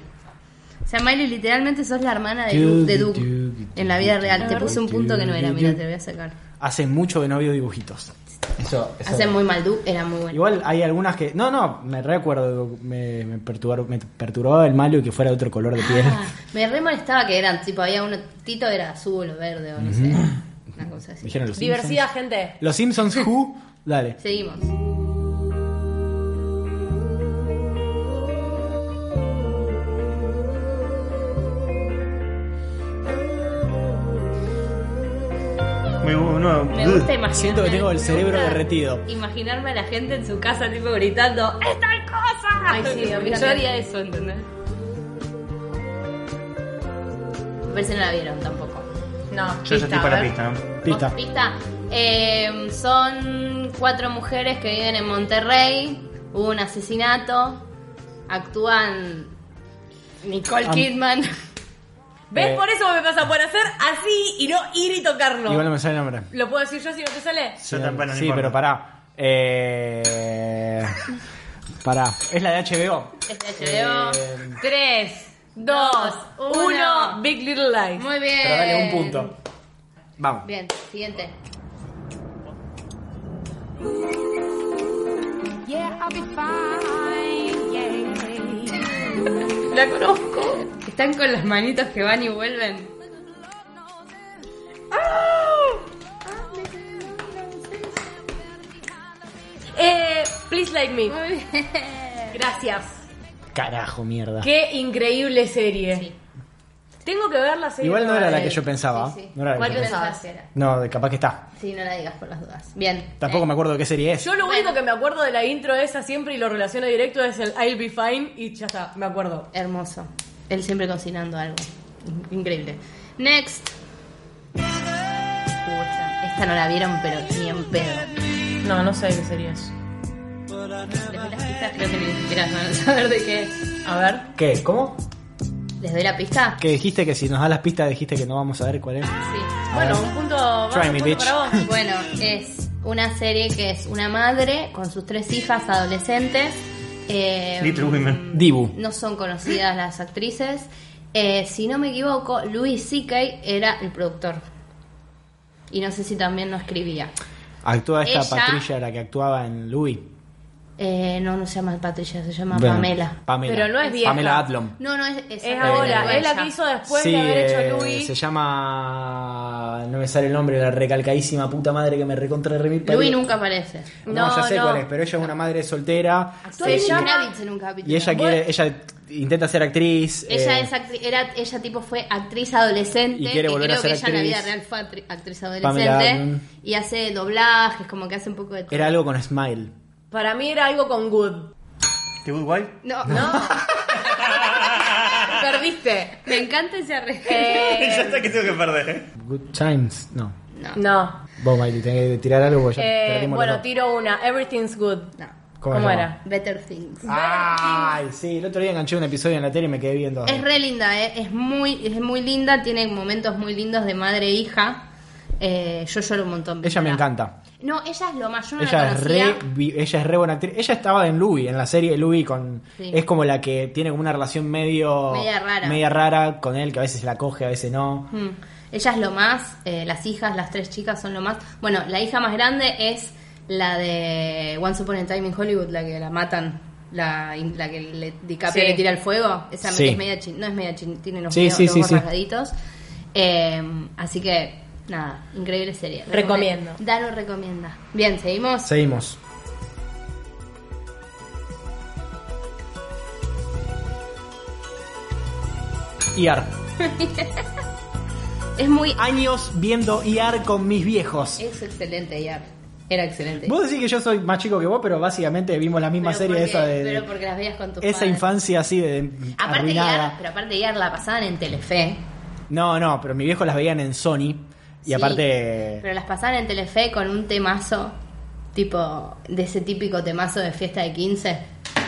O sea, Miley, literalmente sos la hermana de Duke, de Duke en la vida real. Te puse un punto que no era, mira, te lo voy a sacar.
Hace mucho que no veo dibujitos. Eso, eso-
Hace muy mal, Du, era muy bueno.
Igual hay algunas que. No, no, me recuerdo. Me, me perturbaron- me perturbaba el malo y que fuera de otro color de piel.
Ah, me re molestaba que eran, tipo, había uno, Tito era azul o verde o no sé. Una cosa así.
Dijeron los
Diversidad, gente.
Simpsons. Los Simpsons Who. Dale.
Seguimos.
Muy bueno.
Me gusta imaginar.
Siento que tengo el cerebro
me gusta
derretido.
Imaginarme a la gente en su casa, tipo, gritando: ¡Es tal cosa!
Ay, sí, a mí
yo
también.
haría eso, ¿entendés? Parece que no la vieron tampoco.
No,
Yo ya estoy para
¿eh?
pista.
Pista.
Pista. Eh, son cuatro mujeres que viven en Monterrey. Hubo un asesinato. Actúan Nicole
Am-
Kidman.
¿Ves?
Eh.
Por eso me pasa por hacer así y no ir y tocarlo.
Igual no me sale el nombre.
¿Lo puedo decir yo si no te sale?
Yo tan- bueno, no
sí,
importa.
pero pará. Eh. Pará. Es la de HBO.
Este HBO.
Eh,
Tres, dos,
Uno.
uno. Big Little Lies.
Muy bien.
Eh,
pero dale un punto. Vamos.
Bien, siguiente.
Yeah, I'll be fine. Yeah.
La conozco. Están con las manitos que van y vuelven.
¡Ah! Eh, please like me.
Muy bien.
Gracias.
Carajo, mierda.
Qué increíble serie.
Sí.
Tengo que ver la serie.
Igual no
nueva
era la
de
que
él.
yo pensaba.
Sí, sí.
No era la
Eh, ¿Cuál
que yo
pensabas?
que era?
pensaba. No, capaz que está.
Sí, no la digas por las dudas. Bien.
Tampoco me acuerdo de qué serie es.
Eh, Yo lo único que me acuerdo de la intro esa siempre y lo relaciono directo es el I'll be fine y ya está, me acuerdo.
Hermoso. Él siempre cocinando algo. Increíble. Next. Puta, Esta no la vieron, pero ni en pedo.
No, no sé qué serie es.
Desde las pistas creo que ni siquiera van a saber de qué. es.
A ver.
¿Qué? ¿Cómo?
¿Les doy la pista?
Que dijiste que si nos das las pistas dijiste que no vamos a ver cuál es.
Sí.
Bueno,
ver.
un punto, vamos,
Try
un
me,
punto
bitch.
para vos.
Bueno, es una serie que es una madre con sus tres hijas adolescentes. Eh,
Little Women.
Dibu.
No son conocidas las actrices. Eh, si no me equivoco, Louis C.K. era el productor. Y no sé si también no escribía.
Actúa esta
Ella-
Patricia, la que actuaba en Louis.
Eh, no, no se llama Patricia, se llama
Bueno,
Pamela.
Pamela.
Pero no es vieja.
Pamela Adlon.
No, no, es, es,
Es
Eh,
ahora, es la
ella.
que hizo después
Sí,
de haber
eh,
hecho Louis.
se llama... No me sale el nombre, la recalcadísima puta madre que me recontra remil.
Louis nunca aparece.
No,
No,
ya sé
no.
cuál es, pero ella es una madre soltera.
Actúa
eh,
Lenny
llama-
Kravitz en un capítulo.
Y ella quiere, ella intenta ser actriz.
Ella
eh,
es actri- era, ella tipo fue actriz adolescente
Y quiere volver
creo
a ser
que ella en la
actriz.
vida real fue actri- actriz
Pamela
adolescente
Adlon.
y hace doblajes, como que hace un poco de todo.
Era algo con Smile.
Para mí era algo con Good.
¿Te voy igual?
No, no,
Perdiste.
me encanta ese arreglo.
Eh,
ya está que tengo que perder, ¿eh?
Good Times, no.
No,
No.
Vos, Miley, tenés que tirar algo porque ya
Eh,
perdimos los
bueno,
dos.
tiro una. Everything's Good.
no.
¿Cómo
¿Cómo
se
era?
llama?
Better Things.
Ah, Ay, sí, el otro día enganché un episodio en la tele y me quedé viendo.
Es re linda, eh, es muy, es muy linda, tiene momentos muy lindos de madre e hija. Eh, yo lloro un montón.
Ella me
¿verdad?
encanta.
No, ella es lo más, yo no
Ella
la
es,
conocía.
re, vi- ella es re buena actriz. Ella estaba en Louis, en la serie Louis con
Sí.
es como la que tiene como una relación medio
Media rara.
media rara con él que a veces la coge, a veces no.
Mm. Ella es lo más, eh, las hijas, las tres chicas son lo más. Bueno, la hija más grande es la de Once Upon a Time in Hollywood, la que la matan, la, la que le, DiCaprio
Sí.
le tira el fuego. Esa
Sí.
es media chin- no es media chin- tiene los
Sí,
medios-
sí,
los
sí,
ojos
sí.
rasgaditos. Eh, así que, nada, increíble serie.
Recomiendo.
Recome- Dano recomienda. Bien, seguimos.
Seguimos. IAR.
Es muy.
Años viendo IAR con mis viejos.
Es excelente, Yar. Era excelente.
Vos decís que yo soy más chico que vos, pero básicamente vimos la misma
Pero
serie
porque-
esa de. de-
Pero porque las veías con tus
esa
padres.
infancia así de.
Aparte
arruinada.
Yar, pero aparte Yar la pasaban en Telefe.
No, no, pero mis viejos las veían en Sony. Y
Sí,
aparte.
Pero las pasaban en Telefe con un temazo, tipo, de ese típico temazo de fiesta de 15.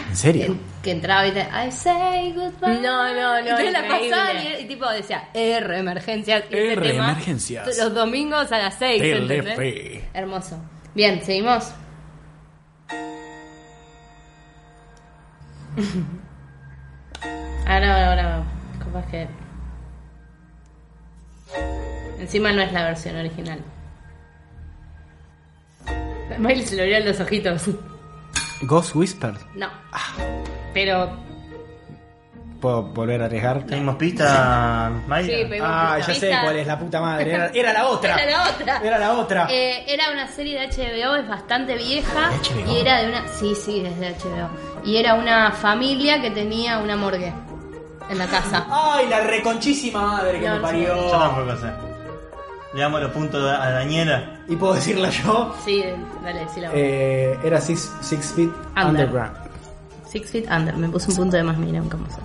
¿En serio?
en- que entraba y te, I say goodbye.
No, no, no,
Entonces la
increíble.
pasaban y, y tipo decía, R, emergencias. y ese
R,
tema,
emergencias.
Los domingos a las 6.
Telefe.
Hermoso. Bien, seguimos. Ahora, ahora, ahora. Capaz que. Encima no es la versión original. Miley se lo olvidan los ojitos.
Ghost Whisper.
No. Pero.
¿Puedo volver a arriesgar?
¿Tenemos pista, Mayra?
Sí, pedimos
Ah,
pista.
ya sé
Pista.
cuál es la puta madre. Era, era la otra.
Era la otra.
Era la otra.
Eh, era una serie de HBO, es bastante vieja.
¿De HBO?
Y era de una. Sí, sí, desde HBO. Y era una familia que tenía una morgue en la casa.
Ay, la reconchísima madre que
No,
me
no
parió.
Yo tampoco sé. Le damos los puntos a Daniela.
Y puedo decirla yo.
Sí, dale, sí la voy.
Eh, era six, Six Feet
Under.
Underground.
Six Feet Under, me puso un punto de más, mira, nunca más.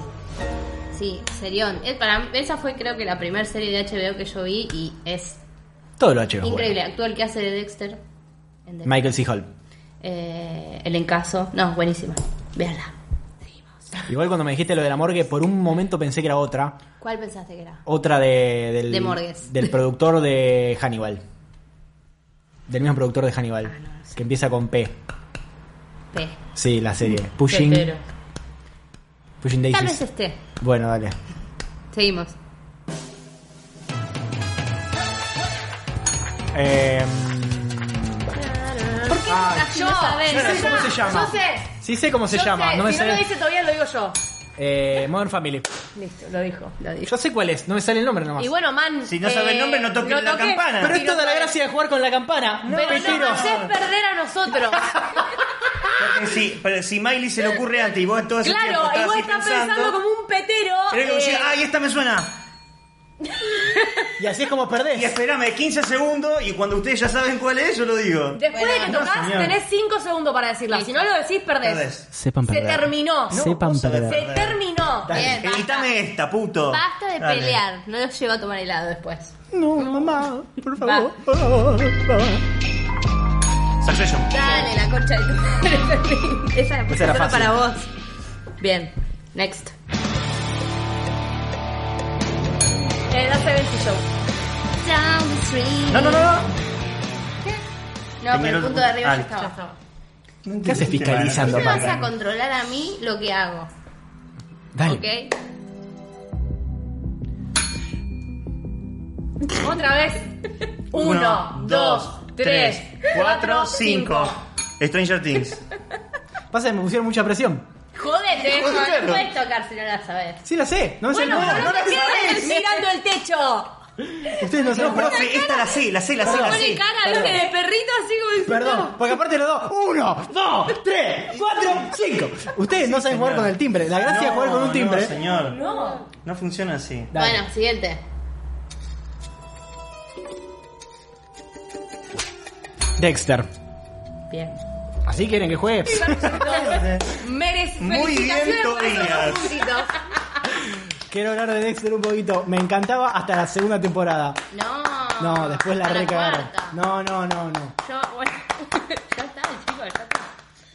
Sí, Serión. Eh, para, mí- esa fue creo que la primera serie de HBO que yo vi y es
Todo lo HBO.
increíble. Actúa el que hace de Dexter. en Dexter.
Michael C. Hall.
Eh, el encaso. No, buenísima. Veanla.
Igual cuando me dijiste lo de la morgue, por un momento pensé que era otra.
¿Cuál pensaste que era?
Otra de, del,
De morgues.
del productor de Hannibal. Del mismo productor de Hannibal. Que empieza con P.
P.
Sí, la serie. Pushing,
Pero-
Pushing
Tal vez
Daisies.
este.
Bueno, dale.
Seguimos.
Eh,
¿Por qué
Ay.
nunca-
Yo,
no sabés?
yo no sé cómo se llama.
Yo sé.
sí sé cómo se
yo
llama.
sé.
No me
si
sale.
no lo dice todavía, lo digo yo.
Eh, Modern Family.
Listo, lo dijo.
Lo dije.
Yo sé cuál es. No me sale el nombre nomás.
Y bueno, man.
Si no sabe el nombre, no toque la
toque,
campana.
Pero es
si no
toda la
sabe-
gracia de jugar con la campana. No,
Pero no
pero-
nos haces perder a nosotros.
Porque si, pero si Miley se le ocurre antes y vos en todo ese tiempo
claro, y
estabas
vos
así
estás pensando, como un petero.
Tenés que
eh,
decir, ay, esta me suena.
Y así es como
Y
perdés.
esperame 15 segundos y cuando ustedes ya saben cuál es, yo lo digo.
Después de que tocas,
señor.
tenés 5 segundos para decirla. Si no lo decís, perdés.
Perdés.
Sepan
Se
perder.
terminó.
Sepan
vos sabés
perder.
Se
perder.
terminó.
Dale,
Bien, basta.
editame esta, puto.
Basta de
Dale.
pelear. No los llevo a tomar helado después.
No, mamá, por
favor.
Succession.
Dale, la concha de tu madre. Esa la puse
Esa era
solo
fácil.
para vos. Bien, next.
Eh, la Seventy Show.
Down the street.
No, no, no. no.
No, pero el
Peñarol-
punto de arriba
Ah,
ya estaba.
¿Qué haces fiscalizando,
No vas a
papá?
controlar a mí lo que hago,
Dale.
¿ok?
Otra vez. Uno, dos, tres, cuatro, cinco.
Stranger Things.
Pasa que me pusieron mucha presión.
Jodete,
Jodete,
no
claro.
puedes tocar si no la sabes.
Sí, la sé. No me sé el
Bueno,
nombre.
pero no te quedes mirando el techo.
Ustedes no
No,
saben.
profe, esta la sé, la sé, la sé, la
Pone
sé.
cara, viste, de perrito así como diciendo,
Perdón, porque aparte los dos. Uno, dos, tres, cuatro, cinco. Ustedes no saben jugar
señor.
con el timbre. La gracia es jugar con un timbre.
No, señor.
No.
No funciona así.
Dale.
Bueno, siguiente.
Dexter.
Bien.
¿Así quieren que juegue?
Merece
Muy bien,
felicitaciones por esos
Tobías.
dos puntitos.
Quiero hablar de Dexter un poquito. Me encantaba hasta la segunda temporada.
No.
No, después la
Hasta
recagaron.
cuarta.
No, no, no, no.
Yo, bueno, ya está, chicos, ya está.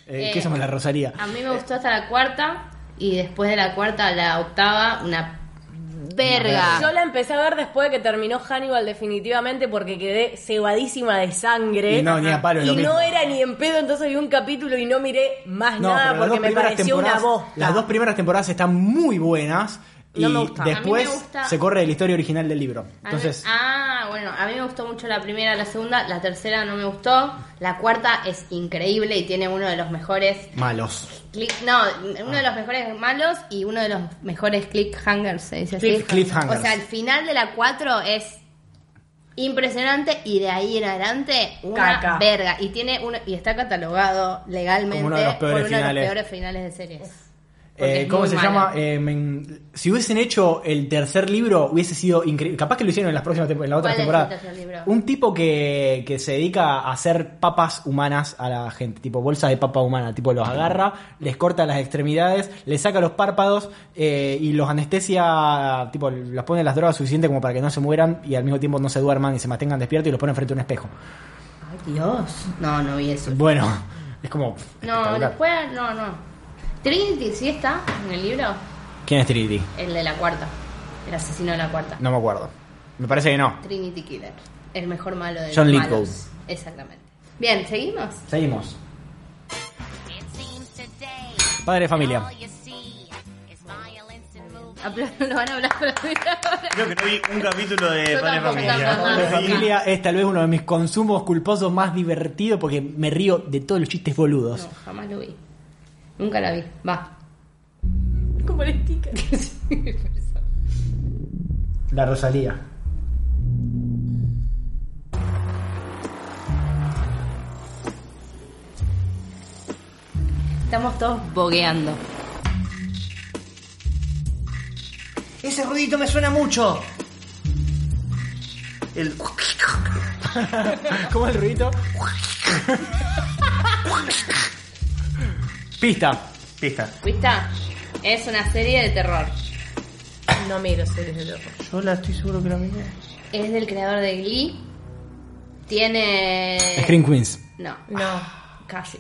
Eh,
Eh,
¿Qué somos la Rosaría?
A mí me gustó hasta la cuarta y después de la cuarta a la octava, una verga.
Yo la empecé a ver después de que terminó Hannibal definitivamente porque quedé cebadísima de sangre.
Y no, ni a palo es
Y
lo mismo.
no era ni en pedo, entonces vi un capítulo y no miré más nada
pero las
porque
dos
me
primeras
pareció una
temporadas-
bosta.
Las dos primeras temporadas están muy buenas. Y
No me gusta.
después
A mí me gusta-
se corre de la historia original del libro.
A mí-
Entonces,
ah, bueno, a mí me gustó mucho la primera, la segunda, la tercera no me gustó, la cuarta es increíble y tiene uno de los mejores,
malos.
cli- no, uno de los mejores malos y uno de los mejores cliffhangers, se dice así.
Cliff- cliffhangers.
O sea, el final de la cuatro es impresionante y de ahí en adelante una
Caca.
verga y tiene uno y está catalogado legalmente
Como uno de los
por
peores
uno de los
finales.
peores finales de series.
Eh,
Porque es
¿Cómo
muy
se
malo.
llama? Eh, men- si hubiesen hecho el tercer libro, hubiese sido increíble. Capaz que lo hicieron en las próximas tempo- en la otra
¿Cuál es el
temporada.
tercer libro?
Un tipo que, que se dedica a hacer papas humanas a la gente, tipo bolsas de papa humana. Tipo, los agarra, les corta las extremidades, les saca los párpados eh, y los anestesia, tipo, los pone las drogas suficientes como para que no se mueran y al mismo tiempo no se duerman y se mantengan despiertos y los ponen frente a un espejo.
Ay, Dios. No, no vi eso.
Bueno, es como.
No,
espectacular.
después, no, no. Trinity sí está en el libro,
¿Quién es Trinity?
el de la cuarta, el asesino de la cuarta.
No me acuerdo. Me parece que no.
Trinity Killer, el mejor malo de
John
los
Lithgow.
malos. Exactamente. Bien, seguimos.
Seguimos.
Oh,
Padre de familia.
Apl- Lo van a hablar por ahora.
Creo que no vi un capítulo de
Yo
Padre
tampoco,
Familia.
tampoco,
No
La
tampoco.
vi.
familia es tal vez uno de mis consumos culposos más divertido porque me río de todos los chistes boludos.
No, jamás lo vi. Nunca la vi. Va.
Como el sticker.
La Rosalía.
Estamos todos bogueando.
Ese ruidito me suena mucho. El...
¿Cómo es el ruidito? Pista.
Pista.
¿Viste? Es una serie de terror.
No miro series de terror.
Yo la estoy seguro que la miré.
Es del creador de Glee. Tiene.
Screen Eh. Queens.
No,
No.
casi.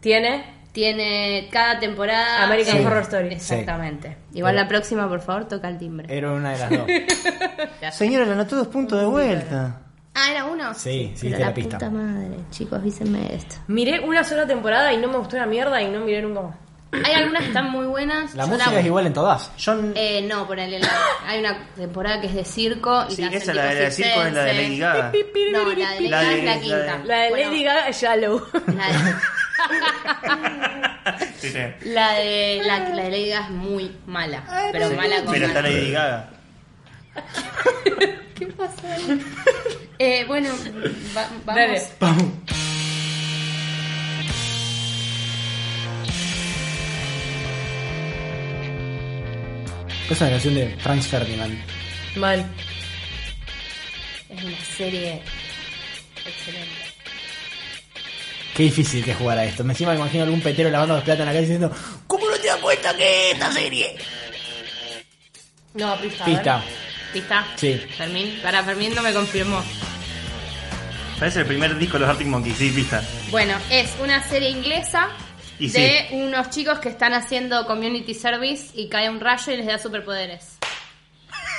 Tiene.
Tiene cada temporada.
American
Sí.
Horror Story.
Exactamente. Igual
Eh.
la próxima, por favor, toca el timbre.
Era una de las dos.
Señora, le anotó dos puntos de vuelta.
Ah, era uno.
Sí, sí,
Pero
diste la
la
pista.
puta madre, chicos, avísenme de esto.
Miré una sola temporada y no me gustó una mierda y no miré nunca más.
Hay algunas que están muy buenas.
La
Yo
música
la-
es igual en todas.
Yo...
Eh, no, ponele la- Hay una temporada que es de circo. Y
sí,
la
esa
hacen
la
tipo
de circo es la de
circense.
Lady Gaga.
No, la de Lady
La
Gaga
de-
es la
la
quinta.
de-
La de
Bueno,
Lady Gaga es Shallow.
La de,
Sí, sí.
la de, la, la de Lady Gaga es muy mala. Pero mala como
Pero está
mala.
Lady Gaga.
Eh, bueno, va- vamos.
Dale.
Es una canción de Franz Ferdinand.
Mal.
Es una serie excelente.
Qué difícil que es jugar a esto. Me encima me imagino algún petero lavando los platos en la calle diciendo ¿Cómo no te das cuenta que es esta serie?
No, pista.
Pista.
¿Pista?
Sí.
Fermín, para Fermín no me confirmó.
Parece el primer disco de los Arctic Monkeys, sí, pista.
Bueno, es una serie inglesa
Y
de unos chicos que están haciendo community service y cae un rayo y les da superpoderes.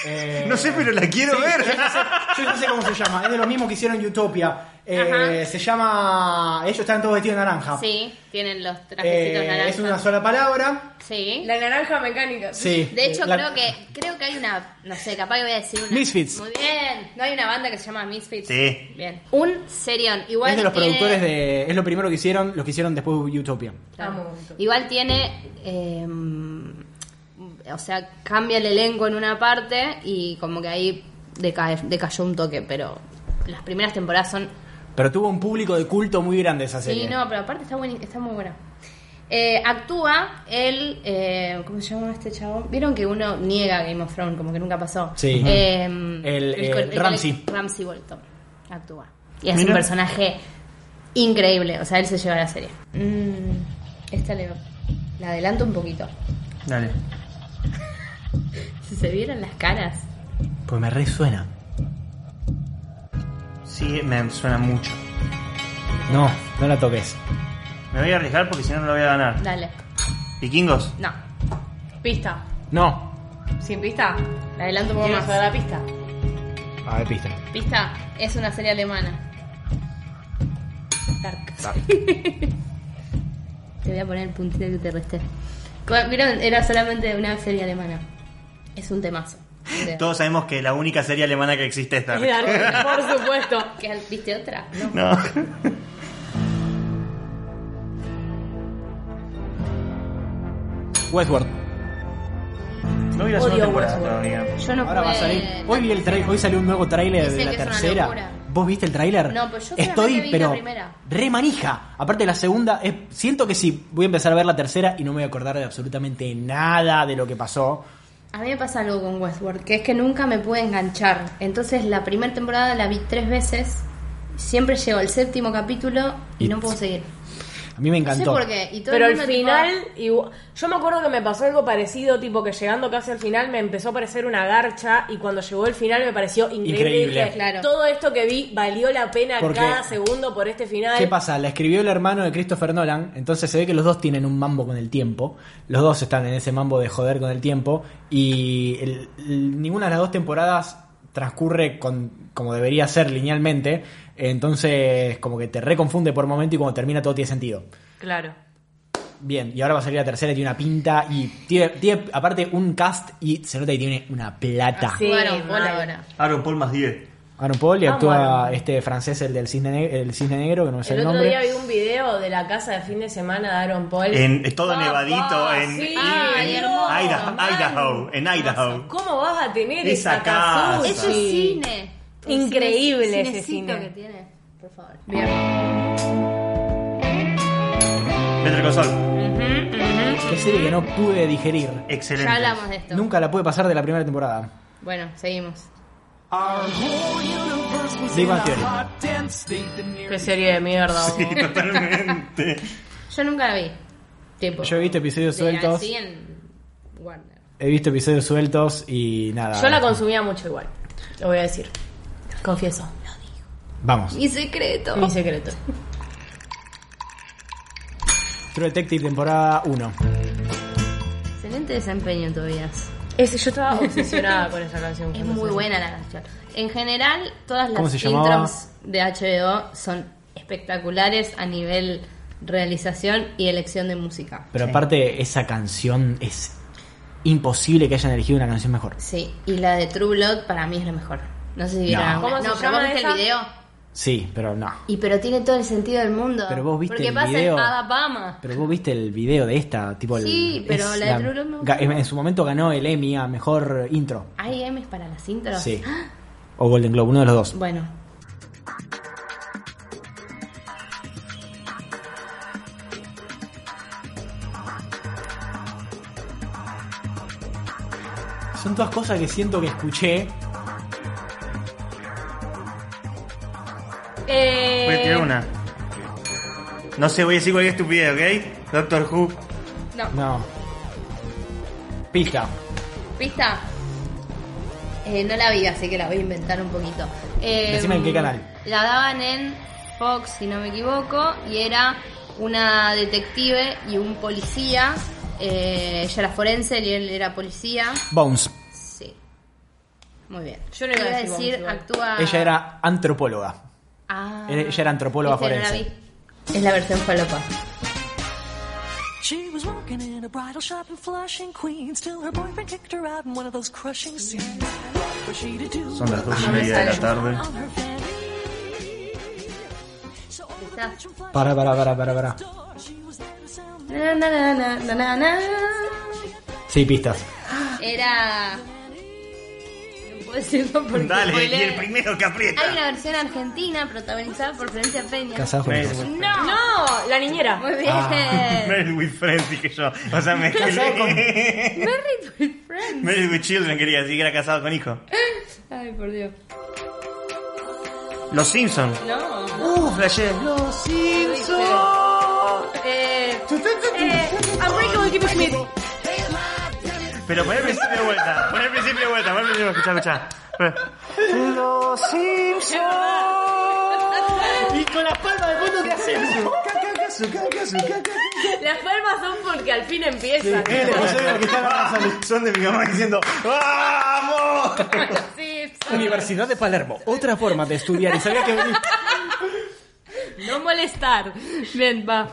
Eh,
No sé, pero la quiero ver.
Yo no, sé, yo no sé cómo se llama. Es de los mismos que hicieron Utopia. Eh,
Ajá.
se llama... Ellos están todos vestidos de naranja.
Sí, tienen los trajecitos
Ah. Eh,
naranjas.
es una sola palabra.
Sí.
La naranja mecánica.
Sí.
De hecho,
La-
creo que creo que hay una, no sé, capaz que voy a decir una.
Misfits.
Muy bien. No hay una banda que se llama Misfits.
Sí.
Bien. Un serión. Igual
es de los
tiene-
productores de... Es lo primero que hicieron, los que hicieron después de Utopia.
Claro.
Amo.
Igual tiene, eh, o sea, cambia el elenco en una parte y como que ahí decae- decayó un toque, pero las primeras temporadas son...
Pero tuvo un público de culto muy grande esa serie.
Sí, no, pero aparte está, bueni- está muy buena. Eh, actúa el, eh, ¿cómo se llama este chabón? Vieron que uno niega Game of Thrones, como que nunca pasó.
Sí.
Eh,
El, eh,
co-
Ramsay.
Ramsay Bolton actúa. Y es
Mira.
un personaje increíble, o sea, él se lleva la serie. Mm, esta le, la adelanto un poquito.
Dale.
Si se vieron las caras.
Pues me resuena.
Sí, me suena mucho.
No, no la toques.
Me voy a arriesgar porque si no, no lo voy a ganar.
Dale.
¿Vikingos?
No.
Pista.
No.
¿Sin pista?
La adelanto un poco
Quiero saber
más.
la pista.
A ver, pista.
Pista, es una serie alemana. Dark. te voy a poner el puntito que te resté. Cu- Vieron, era solamente una serie alemana. Es un temazo. De-
Todos sabemos que la única serie alemana que existe es Dark.
Por supuesto.
¿Qué, ¿Viste otra? No.
No.
Westworld.
No vi la segunda temporada todavía.
Yo no
Ahora va a
pude-
salir. Hoy vi el tra- hoy salió un nuevo tráiler
Dicen
de la
que es una
tercera.
locura.
¿Vos viste el tráiler?
No, pues yo solamente
Estoy,
vi la
pero
primera.
re manija. Aparte la segunda, es- siento que sí, voy a empezar a ver la tercera y no me voy a acordar de absolutamente nada de lo que pasó.
A mí me pasa algo con Westworld, que es que nunca me pude enganchar. Entonces la primera temporada la vi tres veces, siempre llego al séptimo capítulo y,
Y-
no puedo seguir.
A mí me
No sé
encantó.
por qué. Y todo
Pero
el
al
mundo, tipo,
final, igu- yo me acuerdo que me pasó algo parecido, tipo que llegando casi al final me empezó a parecer una garcha y cuando llegó el final me pareció increíble.
Increíble.
Y dije,
Claro.
Todo esto que vi valió la pena
Porque-
cada segundo por este final.
¿Qué pasa? La escribió el hermano de Christopher Nolan, entonces se ve que los dos tienen un mambo con el tiempo. Los dos están en ese mambo de joder con el tiempo y el- el- ninguna de las dos temporadas transcurre con, como debería ser linealmente. Entonces, como que te reconfunde por momento y cuando termina todo tiene sentido.
Claro.
Bien, y ahora va a salir la tercera y tiene una pinta y tiene, tiene aparte un cast y se nota que tiene una plata.
Sí, Bueno, por
mal.
ahora.
Aaron Paul más 10.
Aaron Paul y
Vamos,
actúa
Aaron.
este francés, el del cisne, ne- el cisne negro, que no me sé el,
El otro
nombre.
día vi un video de la casa de fin de semana de Aaron Paul.
En, todo
Papá,
nevadito en,
sí,
Ah, Ay,
en
hermoso,
Idaho,
man.
Idaho, en Idaho.
¿Cómo vas a tener
Esa
esa,
casa.
casa?
Eso es cine. Un
Increíble
cine-
ese
cinecito
cine.
que tiene. Por favor.
Better Call Saul.
Qué serie que no pude digerir.
Excelente.
Ya hablamos de esto.
Nunca la pude pasar de la primera temporada.
Bueno, seguimos.
Big Bang Theory.
Qué serie de mierda.
Sí, totalmente.
Yo nunca la vi. Tipo.
Yo he visto episodios
de-
sueltos.
así en Warner.
He visto episodios sueltos y nada.
Yo la consumía mucho igual. Lo voy a decir. Confieso.
Vamos.
Mi secreto.
Mi secreto.
True Detective temporada 1.
Excelente desempeño, Tobias.
Es- yo estaba obsesionada con esa canción.
Es
cuando
muy
salió.
buena la canción. En general, todas
¿Cómo
las
se llamaba?
intros de HBO son espectaculares a nivel realización y elección de música.
Pero aparte, esa canción es imposible que hayan elegido una canción mejor.
Sí, y la de True Blood para mí es la mejor. No sé si vieron
No.
alguna.
¿Cómo se
No, pero
llama
vos viste
esa?
el video.
Sí, pero no.
Y pero tiene todo el sentido del mundo.
Pero vos viste
Porque
el
pasa
video.
en Alabama.
Pero vos viste el video de esta, tipo el-
Sí, pero
es
la de True Love me gustó
ga- en, en su momento ganó el Emmy a mejor intro.
¿Hay M's para las intros?
Sí. O Golden Globe, uno de los dos.
Bueno.
Son todas cosas que siento que escuché.
Eh,
Eh,
Voy a tirar una. No sé, voy a decir cualquier estupidez, ¿ok? Doctor Who.
No. Pista.
¿Pista? Eh, no la vi, así que la voy a inventar un poquito. Eh,
Decime en qué canal.
La daban en Fox, si no me equivoco, y era una detective y un policía. Eh, ella era forense y él era policía.
Bones.
Sí. Muy bien.
Yo no iba a
Iba a
decir
decir,
Bones, igual.
actúa...
Ella era antropóloga.
Ah.
era- ella era antropóloga
Viste, no la
forense.
vi. Es la versión falopa.
She was walking in a bridal shop in Flushing, Queens, till her boyfriend kicked her out in one of those crushing scenes. For she to do
Son las dos y media de la tarde.
on her fanny. So over the bridge from Flushing
Para, para, para, para, para.
door, she was there to sound
Na, na, na, na, na, na, na.
Sí, pistas.
Era... No puedo decirlo porque...
Dale, y
spoilé.
el primero que
Hay
aprieta.
una versión argentina protagonizada por Florencia Peña.
Casado con
Mel
hijos.
with-
No,
No, la niñera.
muy bien.
Mel with Friends dije yo. O sea, me
Casado con-
Married with Friends.
Mel with Children quería decir que era casado con hijo.
Ay, por Dios.
Los Simpsons.
No.
Uh, flashé. Los Simpsons.
Eh, eh, Unbreakable Kimmy Schmidt.
Pero pon el principio de vuelta. Pon el principio de vuelta. Pon el principio. Escuchá, escuchá. Los Simpsons.
Y con las palmas de fondo que hacemos.
Las palmas son porque al fin empiezan.
El episodio que está
Son de mi mamá diciendo ¡Vamos!
Sí,
Universidad de Palermo. Otra forma de estudiar. Y sabía que venir.
no molestar. Ven, va.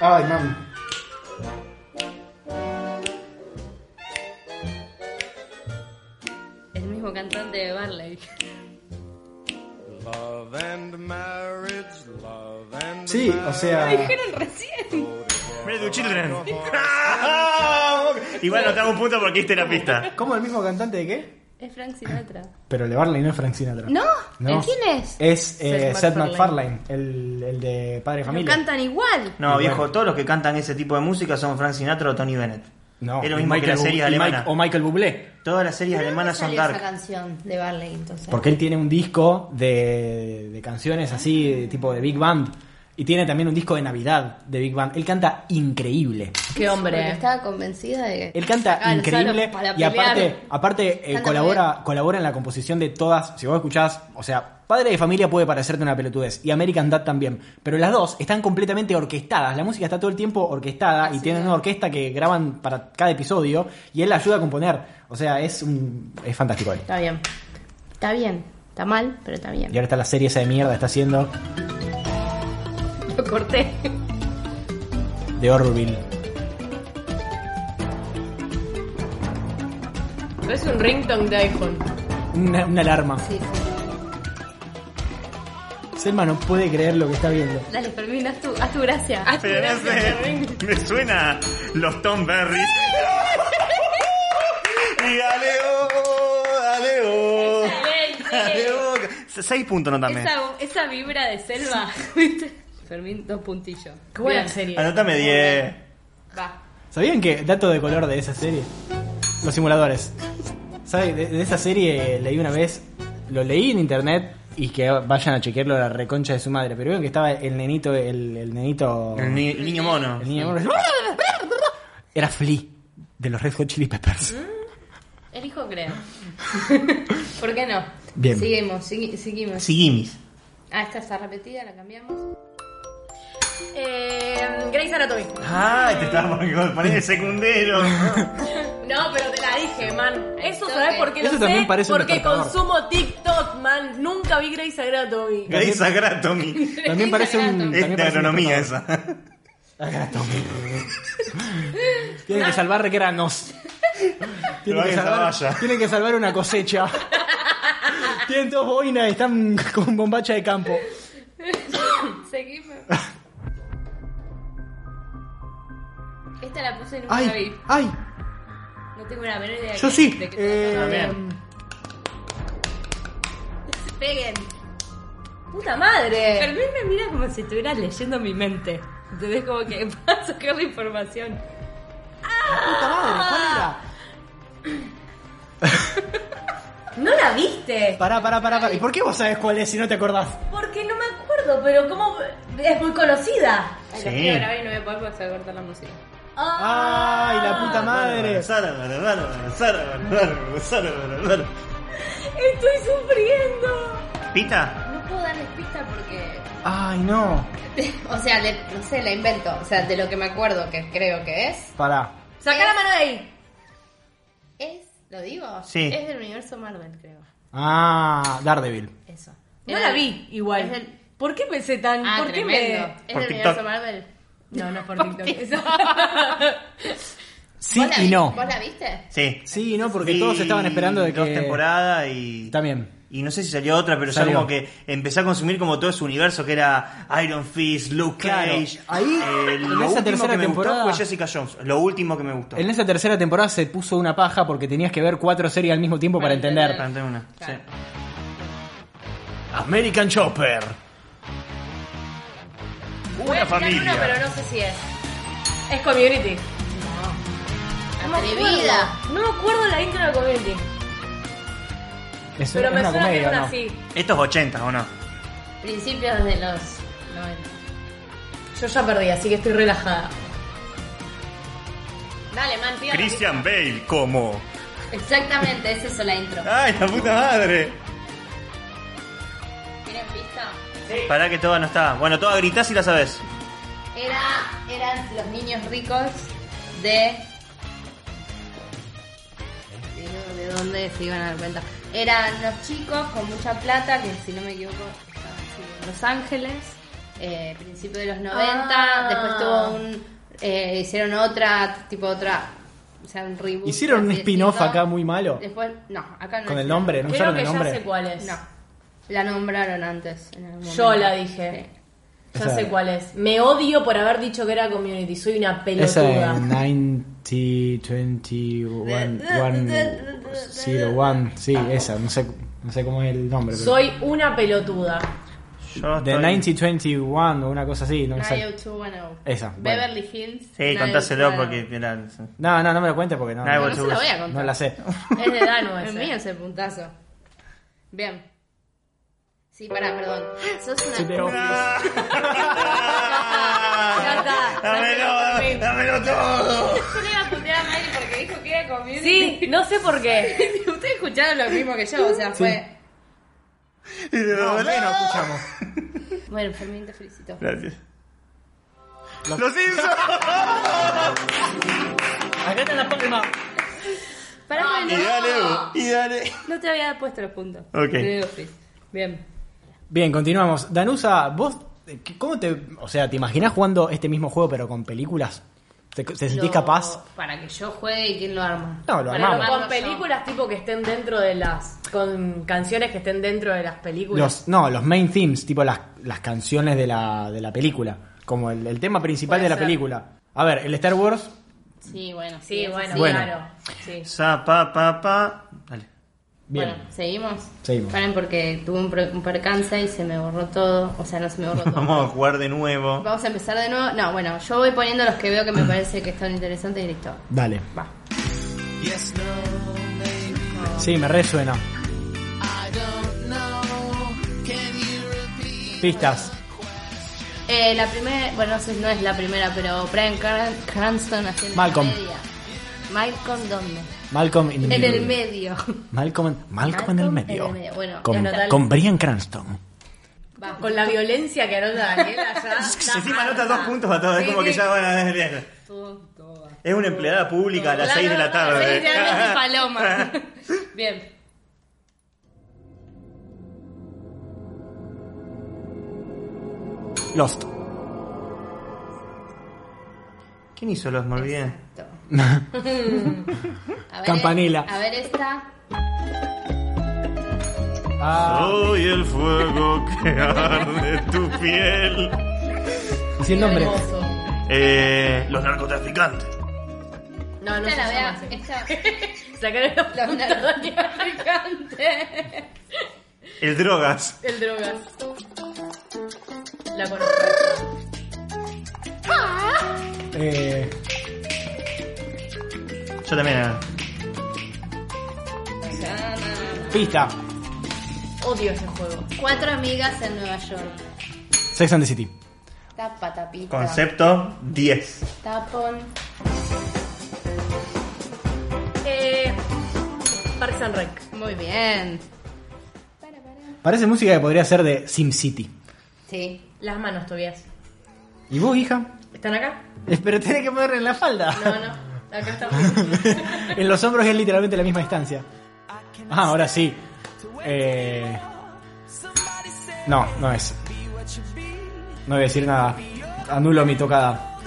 Ay, mami.
El mismo cantante de Barley.
Sí, o sea.
Mel with Children. ¡Vamos! Igual nos damos un punto porque diste la pista.
¿Cómo el mismo cantante de qué?
Es Frank Sinatra.
Pero el de Barley no es Frank Sinatra.
¿No?
No.
¿El quién es?
Es eh,
Seth
Seth
MacFarlane.
MacFarlane, el, el de Padre de
No
Familia.
cantan igual.
No, viejo, todos los que cantan ese tipo de música son Frank Sinatra o Tony Bennett.
No,
es lo
y
mismo que las
Bu-
series
y Mike-
alemanas.
o Michael Bublé.
Todas las series
¿Dónde
alemanas son
salió esa
dark.
canción de Barley entonces?
Porque él tiene un disco de, de canciones así, de tipo de Big Band. Y tiene también un disco de Navidad de Big Band. Él canta increíble.
Qué
Porque
hombre. eh.
estaba convencida de que...
Él canta
Ah, el
increíble
Salo para
y aparte,
pelear.
aparte eh,
Canta
colabora, colabora en la composición de todas. Si vos escuchás, o sea, Padre de Familia puede parecerte una pelotudez y American Dad también, pero las dos están completamente orquestadas. La música está todo el tiempo orquestada y tienen una orquesta que graban para cada episodio y él la ayuda a componer. O sea, es un es fantástico él.
Está bien. Está bien. Está mal, pero está bien.
Y ahora está la serie esa de mierda, está haciendo
Lo corté.
de Orville.
Es un ringtone de iPhone.
Una, una alarma.
Sí,
Selma no puede creer lo que está viendo.
Dale, Fermín, haz tu, haz tu gracia. Haz tu
Pero no
gracia, Fermín.
sé, me suena los Tom Berries. Y dale, oh, dale, oh, dale,
Excelente.
oh. Seis puntos no también.
Esa, esa vibra de selva. ¿viste? Fermín, dos puntillos.
Qué buena
Bien.
serie.
Anótame 10.
Va.
¿Sabían que dato de color de esa serie? Los simuladores. ¿Saben? De, de esa serie eh, leí una vez, lo leí en internet y que vayan a chequearlo a la reconcha de su madre, pero vieron que estaba el nenito, el, el nenito...
El, ni- el niño mono.
el niño mono. Era Flea, de los Red Hot Chili Peppers.
Elijo creo. ¿Por qué no?
Bien.
Seguimos, sigui- seguimos.
Siguimis.
Ah, esta está repetida, la cambiamos.
Eh, Grey's Anatomy.
Ay, te estaba poniendo poniendo el secundero.
No, pero te la dije, man. Eso
Toque.
sabes por qué
Eso
lo
también
sé.
parece un
porque
despertador.
consumo TikTok, man. Nunca vi Grey's Anatomy.
Grey's Anatomy.
También parece un...
Es
También
de
parece un
agronomía
despertador.
esa.
Tienen que salvar granos. Tienen que
Lo
salvar,
hagas a valla.
tienen que salvar una cosecha. Tienen todos boina y están con bombacha de campo.
Seguimos. Esta la puse y nunca la
¡Ay!
vi.
¡Ay!
No tengo la menor idea. de
¡Yo
qué-
sí!
de qué
Eh,
se peguen. ¡Puta madre! Fermín me mira como si estuvieras leyendo mi mente. Entonces como que vas a sacar la información.
¡Puta madre! ¿Cuál era?
¿No la viste?
Pará, pará, pará, pará. ¿Y por qué vos sabés cuál es si no te acordás?
Porque no me acuerdo, pero como es muy conocida.
Ay,
Sí.
la quiero grabar y no voy a poder porque se va a cortar la música. Ah.
Ah,
¡Ay, la puta madre!
Bárbaro, bárbaro, bárbaro, bárbaro, bárbaro, bárbaro.
Estoy sufriendo.
¿Pita?
No puedo darles pista porque...
¡Ay, no!
o sea, le- no sé, la invento. O sea, de lo que me acuerdo que creo que es.
Pará.
Saca la mano de ahí.
Es, lo digo,
Sí.
es del universo Marvel, creo.
Ah, Daredevil.
Eso.
No
Era-
la vi igual.
es el-
¿Por qué pensé tan?
Ah,
¿Por qué
tremendo.
me.?
Es
Por
del
TikTok.
universo Marvel.
No, no es por TikTok. Eso-
Sí
¿Vos la
y
vi-
no.
¿Vos la viste?
Sí.
Sí y no, porque
Vi
todos estaban esperando de que...
Dos temporadas y...
También.
Y no sé si salió otra, pero
Salió.
ya como que empecé a consumir como todo ese universo que era Iron Fist, Luke
Claro.
Cage. Eh,
Ahí, en
lo
esa
último
tercera
que me
temporada-
gustó fue Jessica Jones. Lo último que me gustó.
En esa tercera temporada se puso una paja porque tenías que ver cuatro series al mismo tiempo para
Para
entender.
Para
entender.
tener una.
Claro.
sí. American Chopper.
Voy a
Una
tirar
familia.
uno, pero no sé si es.
Es community.
Atrevida.
No me acuerdo la intro de community.
Es,
Pero
es
me
una
suena que
comedia,
era
¿no?
así.
Estos 80, ¿o no?
Principios de los 90.
Yo ya perdí, así que estoy relajada.
Dale, man, pídala.
Christian Bale, como.
Exactamente, es eso la intro.
¡Ay, la puta madre!
¿Tienen pista?
Pará que toda no está. Bueno, toda gritás si la sabes.
Era, eran los niños ricos de... de dónde se iban a dar cuenta. Eran los chicos con mucha plata, que si no me equivoco, estaban así en Los Ángeles, eh, principio de los 90,
Ah.
después tuvo un... eh, hicieron otra, tipo otra... O sea, un reboot.
Hicieron
por
un
así
spin-off
decirlo.
acá muy malo.
Después, no, acá no.
Con el
hicieron.
nombre, ¿no
Creo
usaron
que
el
ya sé
nombre?
cuál es.
No, la nombraron antes. en algún
Yo
momento.
la dije. Ya
Esa-
sé cuál es. Me odio por haber dicho que era community. Soy una
Esa
pelotuda.
es 90, 21, 01. Sí, esa. No sé, no sé cómo es el nombre. pero-
Soy una pelotuda.
Yo
The
estoy-
9021 o una cosa así. No, sé.
90210.
Esa, bueno.
Beverly Hills.
Sí,
90210.
contáselo porque. Era...
no, no, no me lo cuentes porque no,
Nada,
No,
no,
no se lo voy a contar.
no la sé.
Es de Danu
Es
ese.
mío ese puntazo. Bien. Sí, pará, perdón. Sos una.
Sí, te odio.
Ah.
ya
está.
Dámelo, dámelo todo.
Yo le iba a putear a Mary porque dijo que era community.
Sí, no sé por qué.
Ustedes escucharon lo mismo que yo, o sea, fue.
Y de
No,
verdad-
bueno, escuchamos.
Bueno, Fermín, te felicito.
Gracias. Los hizo.
Acá está la palma.
Pará,
Y
bueno,
dale, y dale.
no te había puesto los puntos.
Ok.
Te digo, sí. Bien.
Bien, continuamos. Danusa, vos, eh, ¿cómo te. O sea, ¿te imaginás jugando este mismo juego pero con películas? ¿Te, te sentís
Lo-
capaz?
Para que yo juegue y quién lo arma.
No, lo
Para
armamos.
armarlo
Con
yo.
películas tipo que estén dentro de las. Con canciones que estén dentro de las películas.
Los, no, los main themes, tipo las, las canciones de la, de la película. Como el, el tema principal
Puede
de la
ser.
película. A ver, el Star Wars.
Sí, bueno.
Sí, bueno,
Bueno.
claro. Sí.
Sa, pa, pa, pa. Dale.
Bien.
Bueno, ¿seguimos?
Seguimos.
Paren porque tuve un, pro- un percance y se me borró todo. O sea, no se me borró todo.
Vamos a jugar de nuevo.
Vamos a empezar de nuevo. No, bueno, yo voy poniendo los que veo que me parece que están interesantes y listo.
Dale.
Va.
Sí, me resuena. Pistas.
Eh, la primera, bueno, no sé si no es la primera, pero Brian Cran- Cranston haciendo
Malcolm.
comedia. Malcolm, ¿dónde?
Malcolm in the
En el
Middle.
medio.
Malcolm, en- Malcolm en el
Malcolm
medio.
en el medio. Bueno,
con,
anotalo.
con Brian Cranston.
Va.
Con la violencia que anota Daniela ya. está
Encima anota
harta.
dos puntos a todos. Es
Sí,
como que
sí.
ya van a Es una empleada pública a las 6 de la tarde.
Literalmente paloma. Bien.
Lost.
¿Quién hizo los? Me olvidé.
A ver,
Campanila.
A ver esta. Ah.
Soy el fuego que arde tu piel.
Sin nombre.
Hermoso.
Eh, los narcotraficantes.
No, no
esta la
se llama
vea.
así.
Esta.
Sacaron los
La
puntos a Daniela.
narcotraficante.
El drogas.
El drogas. La conozco.
Eh,
Yo también. eh,
pista.
Odio ese juego.
Cuatro amigas en Nueva York.
Sex and the City.
Tapa, tapita.
Concepto 10.
Tapón.
Eh, Parks and Rec.
Muy bien.
Parece música que podría ser de Sim City.
Sí.
Las manos, Tobias.
¿Y vos, hija?
¿Están acá?
Eh, Pero tenés que ponerla en la falda.
No, no. Acá estamos.
en los hombros es literalmente la misma distancia. Ah, ahora sí. Eh, No, no es. No voy a decir nada. Anulo mi tocada.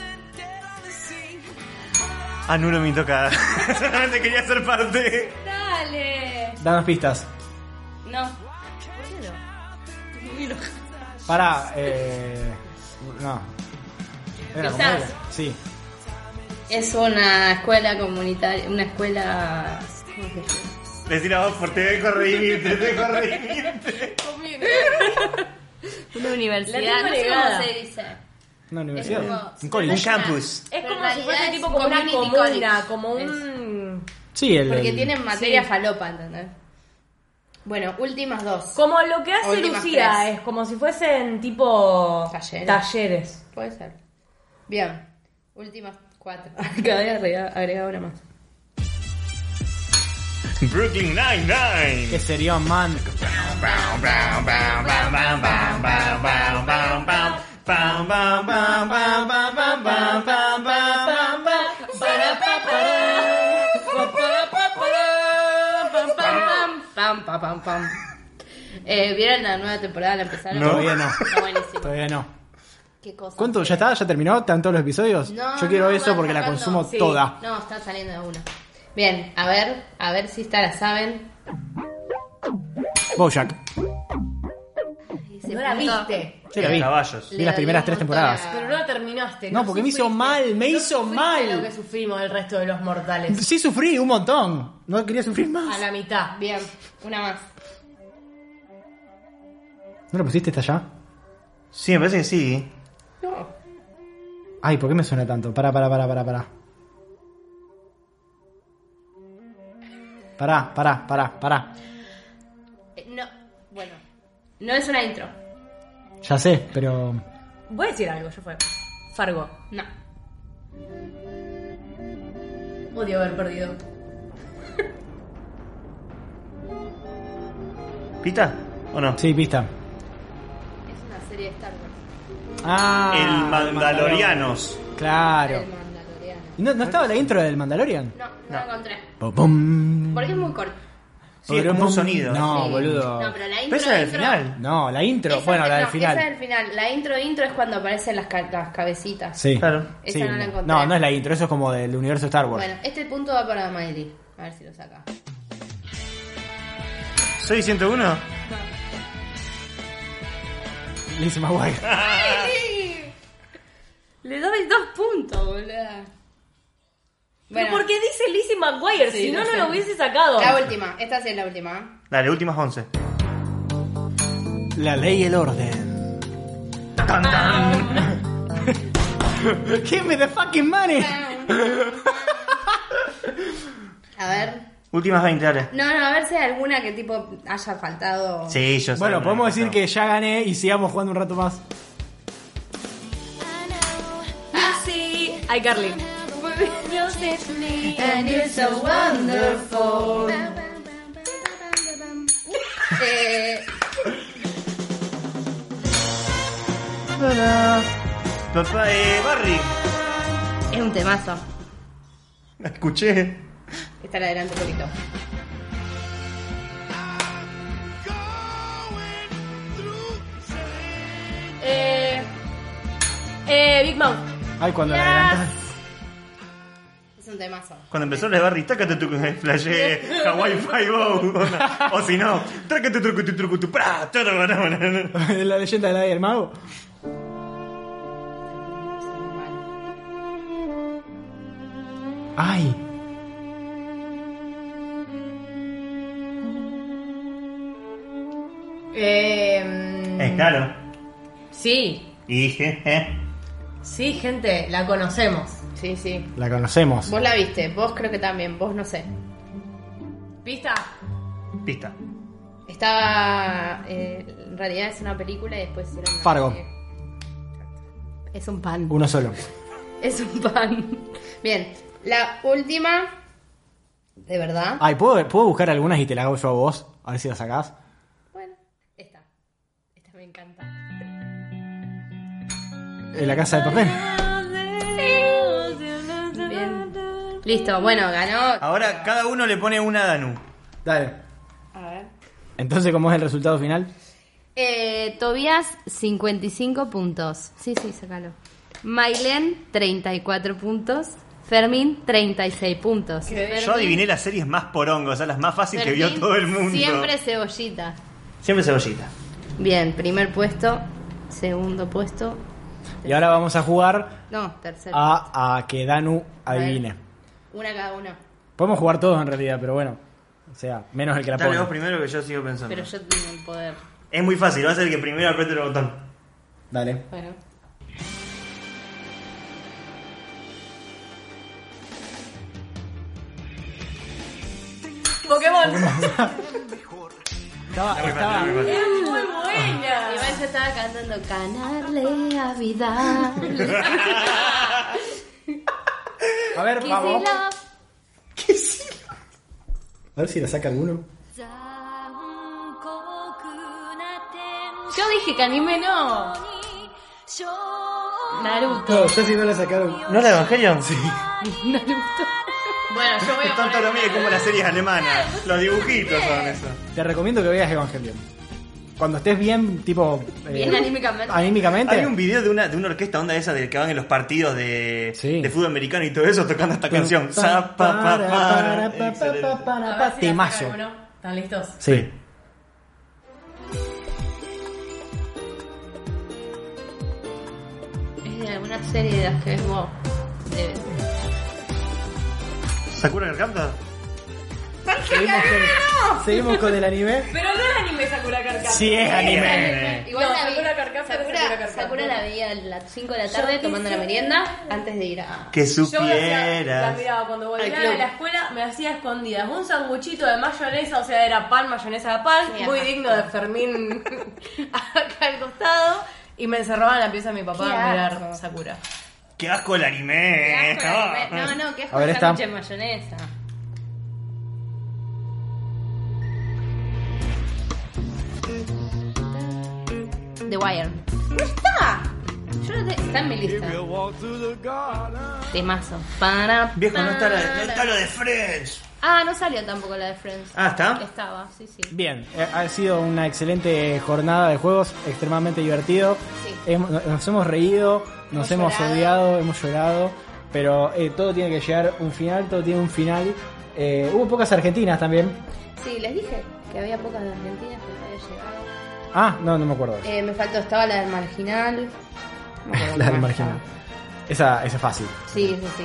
Anulo mi tocada. Solamente quería ser parte.
Dale.
Danos pistas.
No.
Para. Eh... No. Era como
Quizás.
era. Sí.
Es una escuela comunitaria. Una escuela. ¿Cómo se llama?
Decir a vos por te dejo reír, te dejo reír.
Una
La
universidad.
tengo
No sé
negada.
cómo se dice.
Una universidad.
como-
Un
Un
college.
campus.
Es
Pero
como
en
si
realidad
fuese
es
tipo
un
como una
community
comuna,
college.
como un...
Sí, el.
Porque
el-
tienen materia
Sí.
falopa, ¿entendés? Bueno, últimas dos.
Como lo que hace
Últimas
Lucía,
tres.
es como si fuesen tipo...
Talleres.
talleres.
Puede ser. Bien. Últimas cuatro. Cada vez agrega- agrega una más.
Brooklyn Nine-Nine.
¿Qué sería man?
Bam, bam, bam, bam, bam, bam, bam, bam, bam, bam. Bam, bam, bam, bam, bam, bam, bam, bam, bam, bam, bam.
Pam, pam, pam, pam, pam. Eh, ¿Vieron la nueva temporada? ¿La empezaron?
No.
Todavía no.
Está buenísimo.
Todavía no.
¿Qué cosa?
¿Cuánto? ¿Ya está? ¿Ya terminó? ¿Están todos los episodios?
No,
Yo quiero
no,
eso
van
porque la
sacando.
consumo
Sí.
toda.
No, está saliendo de una. Bien, a ver, a ver si esta la saben.
Bojack.
Ese
No la
punto
viste.
Sí, la vi.
Caballos.
le
Vi las
dolió
primeras
un
tres
montón
temporadas.
a-
Pero no la terminaste.
No, porque me hizo
sufriste.
mal, me
No
hizo
sufriste
mal.
lo que sufrimos el resto de los mortales.
Sí sufrí un montón. No quería sufrir
A
más.
la mitad.
Bien, una más.
¿No lo pusiste hasta allá?
Sí, me parece que sí.
Ay, ¿por qué me suena tanto? Pará, pará, pará, pará, pará. Pará, pará, pará, pará.
Eh, No, bueno. No es una intro.
Ya sé, pero...
Voy a decir algo, yo fue. Fargo.
No.
Odio haber perdido.
¿Pita? ¿O no?
Sí, pista.
Es una serie de Star Wars.
Ah.
El Mandalorianos.
Claro.
El Mandaloriano.
¿Y ¿No, no estaba la intro del Mandalorian?
No, no la encontré.
Bo- bum.
Porque es muy corto.
Sí, es como un sonido.
No,
Sí.
boludo.
No, pero la intro,
esa es del
intro-
final. No, la intro.
Esa-
bueno, la del
no,
final.
Esa es el final. La intro intro es cuando aparecen las, ca- las cabecitas.
Sí.
Esa
Sí.
no la encontré.
no, no es la intro, eso es como del universo Star Wars.
Bueno, este punto va para Miley. A ver si lo saca.
¿Soy 101?
Lizzie McGuire.
Le doy dos puntos, boludo.
Pero
Bueno.
¿por qué dice Lizzie McGuire?
Sí,
si no,
no
no
sé.
lo hubiese sacado.
La última. Esta sí es la última.
Dale, últimas 11.
La ley y el orden. Give me the fucking money.
A ver.
Últimas 20, dale.
No, no, a ver si hay alguna que tipo haya faltado.
Sí, yo sé.
Bueno, podemos decir que ya gané y sigamos jugando un rato más.
Ah, sí. Ay, Carly.
And it's so wonderful. Eh,
Papá de Barry.
es un temazo.
La escuché.
Está adelante un poquito.
Eh, eh, Big Mouth.
Ay, cuando la
Yes.
adelantas.
Es un temazo.
Cuando empezó la de Barry, tácate tu eh, flashé Hawaii Five-O. O si no, tácate truco tu truco tu pra. tara, bara, bara, bara.
la leyenda de la del mago. Ay.
Eh, claro.
sí,
Y dije, eh.
sí, gente, la conocemos.
Sí, sí.
La conocemos.
Vos la viste, vos creo que también, vos no sé.
¿Pista?
Pista.
Estaba. eh, en realidad es una película y después hicieron. una
Fargo.
serie. Es un pan.
Uno solo.
Es un pan. Bien, la última. De verdad.
Ah.
Ay, ¿puedo, ¿puedo buscar algunas y te las hago yo a vos? A ver si las sacás.
Bueno, esta. Esta me encanta.
Eh, la casa de papel.
Bien. Listo, bueno, ganó.
Ahora cada uno le pone una a Danu.
Dale.
A ver.
Entonces, ¿cómo es el resultado final?
Eh, Tobías, 55 puntos. Sí, sí, sacalo. Mailen, 34 puntos. Fermín, 36 puntos.
Yo adiviné las series más porongos, o sea, las más fáciles que vio todo el mundo.
Siempre cebollita.
Siempre cebollita.
Bien, primer puesto, segundo puesto.
Y ahora vamos a jugar
No, tercero.
a, a que Danu Ah, adivine.
Una cada uno.
Podemos jugar todos en realidad, pero bueno. O sea, menos el que la
Dale vos
pone.
primero que yo sigo pensando.
Pero yo tengo el poder.
Es muy fácil, va a ser el que primero apriete el botón.
Dale.
Bueno.
Pokémon.
Estaba,
Está
estaba-
muy fácil, está muy fácil.
Muy buena.
Igual yo estaba cantando Canarle a vida.
A ver, vamos.
Quisiera
A ver si la saca alguno.
Yo dije que anime no. Naruto.
No, sé si no la sacaron.
¿No la Evangelion? Sí.
Bueno, yo voy a
Tanto lo mide como las series alemanas. Los dibujitos son eso.
Te recomiendo que veas Evangelion. Cuando estés bien, tipo. eh,
Bien anímicamente.
anímicamente.
Hay un video de una, de una orquesta onda esa del que van en los partidos de,
Sí.
de fútbol americano y todo eso tocando esta
Pero-
canción.
pa-
Sa, pa, pa,
para,
para.
para, pa, pa,
Excelente.
pa, para,
A
pa,
ver si la
temazo.
saca alguno. ¿Están listos?
Sí.
Es de alguna serie de las que ves vos. De-
¿Sakura Card Captor?
Seguimos con, seguimos con el anime.
Pero no el anime Sakura Carcasa.
Sí, es anime.
Eh,
Igual
No,
la vi.
Sakura Carcasa,
Sakura,
Sakura Carcasa.
Sakura la vi a las 5 de la tarde tomando la merienda antes de ir a.
Que
Yo la hacía- la
supieras.
miraba cuando volvía
club.
de la escuela, me hacía escondidas. Un sanguchito de mayonesa, o sea, era pan, mayonesa de pan,
Qué
muy
asco.
digno de Fermín acá al costado. Y me encerraba en la pieza de mi papá
Qué
a mirar
asco.
Sakura.
Qué asco el
Qué
anime. ¿eh? Ah,
asco el anime. No, no, qué asco
A ver,
el
está.
sándwich de mayonesa. The Wire. ¡No está! Yo lo te- Está en mi lista. Temazo. Para,
Viejo, no está, la-
para.
no está lo de Friends.
Ah, no salió tampoco la de Friends.
Ah, ¿está?
Estaba, sí, sí.
Bien, eh, ha sido una excelente jornada de juegos, extremadamente divertido. Hem- nos hemos reído, nos hemos,
llorado.
odiado, hemos llorado, pero eh, todo tiene que llegar a un final, todo tiene un final. Eh, hubo pocas argentinas también.
Sí, les dije que había pocas de Argentina que no había llegado.
Ah, no, no me acuerdo.
Eh, me faltó, estaba la del marginal. No me acuerdo
La del
más.
marginal. Esa, esa es fácil.
Sí, sí, sí.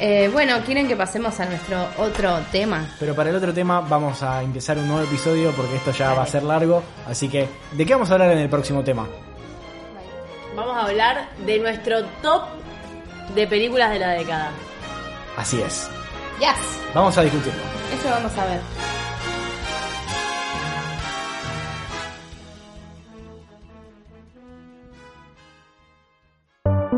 Eh, bueno, ¿quieren que pasemos a nuestro otro tema?
Pero para el otro tema vamos a empezar un nuevo episodio porque esto ya va a ser largo. Así que, ¿de qué vamos a hablar en el próximo tema?
Vamos a hablar de nuestro top de películas de la década.
Así es.
Yes.
Vamos a discutirlo.
Esto vamos a ver.